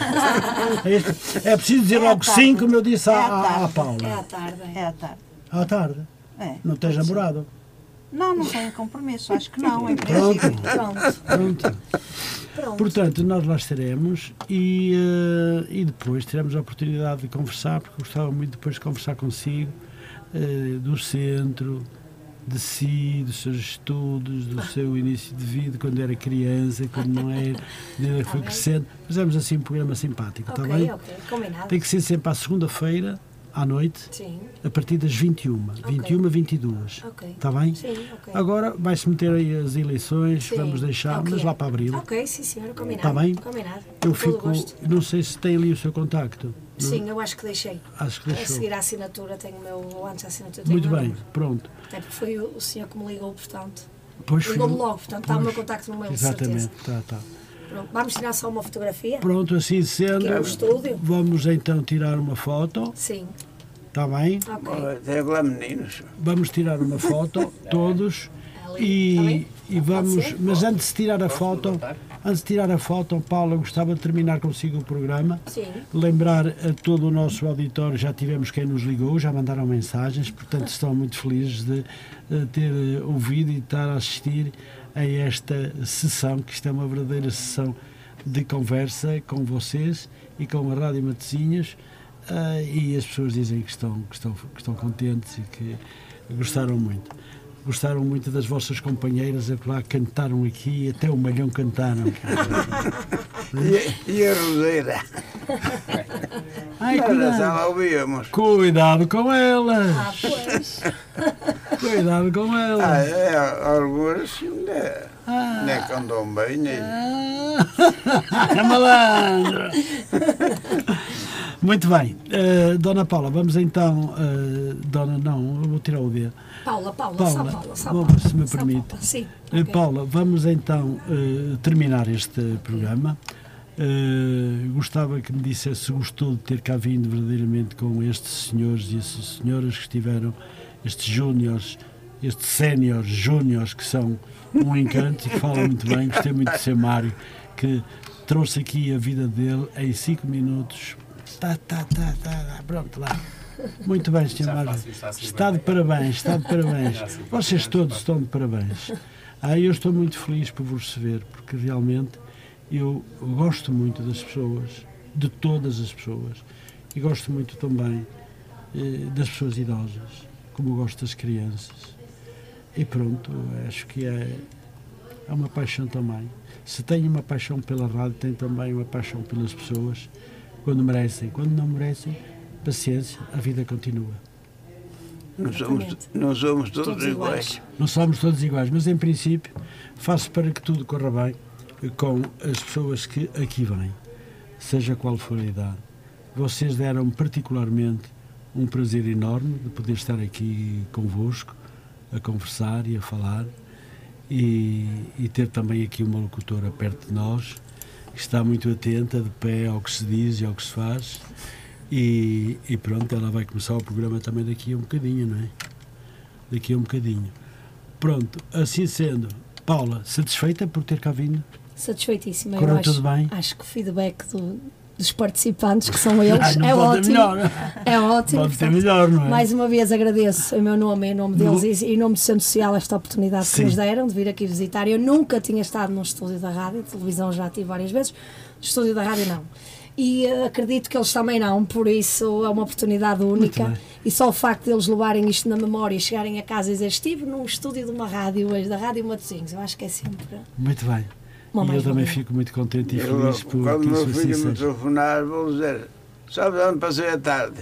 D: É, é preciso dizer logo que sim, como eu
N: É
D: disse à, à, à Paula.
G: à tarde. É à tarde.
D: À tarde.
G: É.
D: Não tens namorado.
G: Não, não tenho compromisso, acho que não, em
D: Pronto.
G: princípio.
D: Pronto.
G: Pronto.
D: Portanto, nós lá estaremos e, eh, e depois teremos a oportunidade de conversar, porque gostava muito depois de conversar consigo eh, do centro, de si, dos seus estudos, do seu início de vida, quando era criança, quando não é, era, ainda foi crescendo. Fizemos assim um programa simpático, está
M: Ok,
D: bem?
M: ok, combinado.
D: Tem que ser sempre à segunda-feira, à noite,
M: Sim.
D: a partir das 21, 21 a 22.
M: Ok.
D: Está Tá bem?
M: Sim, ok.
D: Agora vai-se meter aí as eleições,
M: Sim.
D: vamos deixar,
M: Ok.
D: mas lá para abril.
M: Ok, sim, senhor, combinado.
D: Está bem?
M: Combinado.
D: Eu
M: Com todo
D: fico,
M: gosto.
D: não sei se tem ali o seu contacto. não? é?
M: Sim, eu acho que deixei.
D: Acho que
M: A
D: deixou.
M: seguir à assinatura tenho o meu, ou antes da assinatura tenho
D: Muito
M: o meu
D: bem,
M: número.
D: pronto.
M: Até porque foi o, o senhor que me ligou, portanto.
D: Pois
M: Ligou-me
D: foi-
M: logo, portanto, está o meu
D: pois.
M: contacto no meu, de
D: Exatamente,
M: certeza.
D: tá, tá.
M: Pronto, vamos tirar só uma fotografia?
D: Pronto, assim sendo,
M: Aqui no estúdio?
D: vamos então tirar uma foto,
M: Sim.
D: está bem?
L: Até lá, meninos.
D: Vamos tirar uma foto, todos,
L: tá
D: e,
L: bem?
D: e vamos,
L: ser?
D: mas antes de tirar a foto, antes de tirar a foto, Paula, gostava de terminar consigo o programa.
M: Sim.
D: Lembrar a todo o nosso auditório, já tivemos quem nos ligou, já mandaram mensagens, portanto estão muito felizes de eh, ter eh, ouvido e estar a assistir a esta sessão, que isto é uma verdadeira sessão de conversa com vocês e com a Rádio Matosinhos. eh, e as pessoas dizem que estão, que, estão, que estão contentes e que gostaram muito. Gostaram muito das vossas companheiras, é claro, cantaram aqui, e até o Malhão cantaram.
L: E, e a Roseira?
D: Ai,
L: Nós
D: cuidado.
L: já só lá ouvíamos.
D: Cuidado com elas!
L: Ah, pois.
D: Cuidado com elas!
L: Ah, é, algumas ainda
D: Ah.
L: ainda cantam bem.
D: Ah. É malandro. Muito bem, Eh, Dona Paula, vamos então. eh, dona, não, eu vou tirar o D.
M: Paula, Paula, só
D: Paula,
M: Paula, só
D: vou-
M: Paula.
D: se me
M: só
D: permite.
M: Paula, Sim.
D: Eh,
M: ok.
D: Paula, vamos então eh, terminar este programa. Eh, gostava que me dissesse se gostou de ter cá vindo verdadeiramente com estes senhores e essas senhoras que estiveram, estes júniores, estes séniores, júniores, que são um encanto e que falam muito bem. Gostei muito de ser Mário, que trouxe aqui a vida dele em 5 minutos. Tá, tá, tá, tá, tá, pronto, lá. Muito bem, Sr. Mário. Está de parabéns, está de parabéns. Vocês todos estão de parabéns. Ah, eu estou muito feliz por vos ver, porque realmente eu gosto muito das pessoas, de todas as pessoas, e gosto muito também eh, das pessoas idosas, como eu gosto das crianças. E pronto, acho que é, é uma paixão também. Se tem uma paixão pela rádio, tem também uma paixão pelas pessoas, quando merecem. Quando não merecem, paciência, a vida continua.
L: Não somos, não somos todos, iguais.
D: Não somos todos iguais, mas em princípio faço para que tudo corra bem eh, com as pessoas que aqui vêm, seja qual for a idade. Vocês deram particularmente um prazer enorme de poder estar aqui convosco, a conversar e a falar, e, e ter também aqui uma locutora perto de nós, que está muito atenta, de pé ao que se diz e ao que se faz. E, e pronto, ela vai começar o programa também daqui a um bocadinho, não é? Daqui a um bocadinho. Pronto, assim sendo, Paula, satisfeita por ter cá vindo?
F: Satisfeitíssima. eu
D: Correu
F: acho,
D: tudo bem?
F: Acho que o feedback do- dos participantes, que são eles,
D: Ah, não
F: é,
D: pode ter
F: ótimo,
D: melhor.
F: é ótimo.
D: Pode ter
F: portanto,
D: melhor, não é?
F: Mais uma vez agradeço em meu nome, em nome
D: Vou-
F: deles e e em nome do Centro Social esta oportunidade
D: Sim.
F: que nos deram de vir aqui visitar. Eu nunca tinha estado num estúdio da rádio, televisão já tive várias vezes, estúdio da rádio não. E eh, acredito que eles também não, por isso é uma oportunidade única.
D: bem.
F: E só o facto de eles levarem isto na memória e chegarem a casa e dizer estive num estúdio de uma rádio, hoje da Rádio Matosinhos, eu acho que é sempre.
D: Muito bem.
F: Uma
D: e eu
F: mais
D: também
F: valia.
D: fico muito contente e
L: Eu,
D: feliz por
L: quando
D: que
L: meu
D: isso assim
L: filho me
D: seja.
L: telefonar, vou dizer: Sabe onde passei a tarde?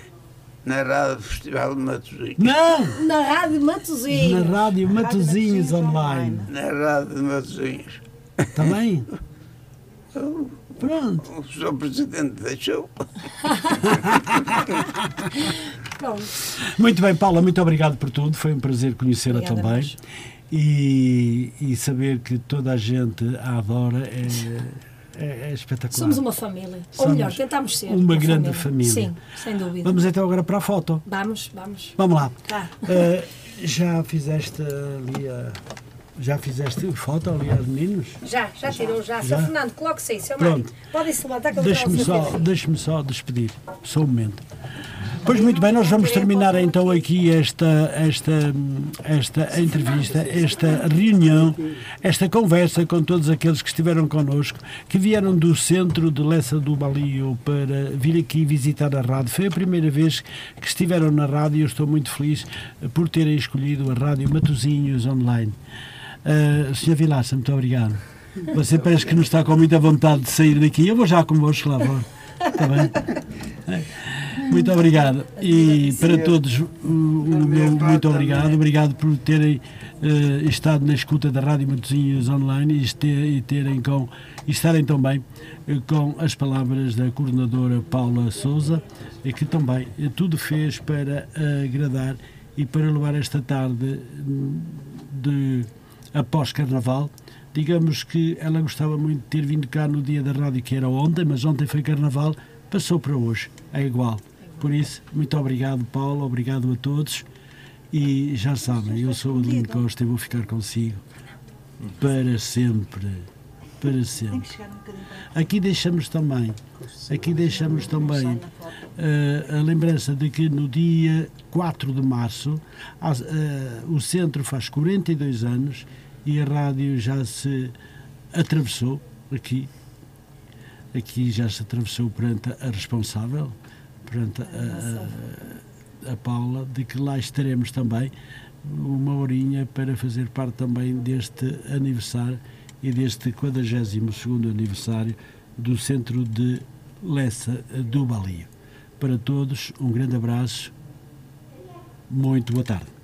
L: Na Rádio Festival de Matosinhos.
D: Não!
F: Na Rádio Matosinhos.
D: Na Rádio Matosinhos Online.
L: Na Rádio de Matosinhos.
D: Também? Pronto.
L: O senhor Presidente deixou.
D: Muito bem, Paula, muito obrigado por tudo. Foi um prazer conhecê-la
F: Obrigada a
D: também.
F: nós.
D: E, e saber que toda a gente a adora é, é- é espetacular.
F: Somos uma família. Ou
D: Somos
F: melhor, tentámos ser.
D: uma grande família.
F: Sim, sem dúvida.
D: Vamos então Eh, agora para a foto.
F: Vamos, vamos.
D: Vamos lá.
F: Tá.
D: Eh, já fizeste ali a. Já fizeste foto ali aos meninos?
F: Já, já tirou, já. Seu Fernando, coloque-se aí, seu Mário.
D: Pronto.
F: Podem-se levantar que eu
D: Deixa-me
F: vou tirar o
D: só,
F: seu
D: deixa só despedir, só um momento. Pois muito bem, nós vamos terminar então aqui esta, esta, esta entrevista, esta reunião, esta conversa com todos aqueles que estiveram connosco, que vieram do centro de Lessa do Balio para vir aqui visitar a rádio. Foi a primeira vez que estiveram na rádio e eu estou muito feliz por terem escolhido a rádio Matosinhos Online. Uh, Sr. Vilaça, muito obrigado. Você parece que não está com muita vontade de sair daqui. Eu vou já convosco lá fora. Está bem? Muito obrigado. E para todos, o o meu muito obrigado. Obrigado por terem eh, estado na escuta da Rádio Matosinhos Online e, este- e terem com, e estarem também eh, com as palavras da coordenadora Paula Souza, eh, que também eh, tudo fez para eh, agradar e para levar esta tarde hum, de após Carnaval. Digamos que ela gostava muito de ter vindo cá no dia da rádio, que era ontem, mas ontem foi Carnaval, passou para hoje, é igual. Por isso, muito obrigado, Paulo, obrigado a todos. E já sabem, eu sou o Adelino Costa e vou ficar consigo para sempre. Para sempre. Aqui deixamos também, aqui deixamos também eh, a lembrança de que no dia 4 de março as- eh, o centro faz 42 anos e a rádio já se atravessou aqui, aqui já se atravessou perante a responsável, perante a, a- a Paula, de que lá estaremos também uma horinha para fazer parte também deste aniversário e deste 42º aniversário do Centro de Lessa eh, do Balio. Para todos, um grande abraço, muito boa tarde.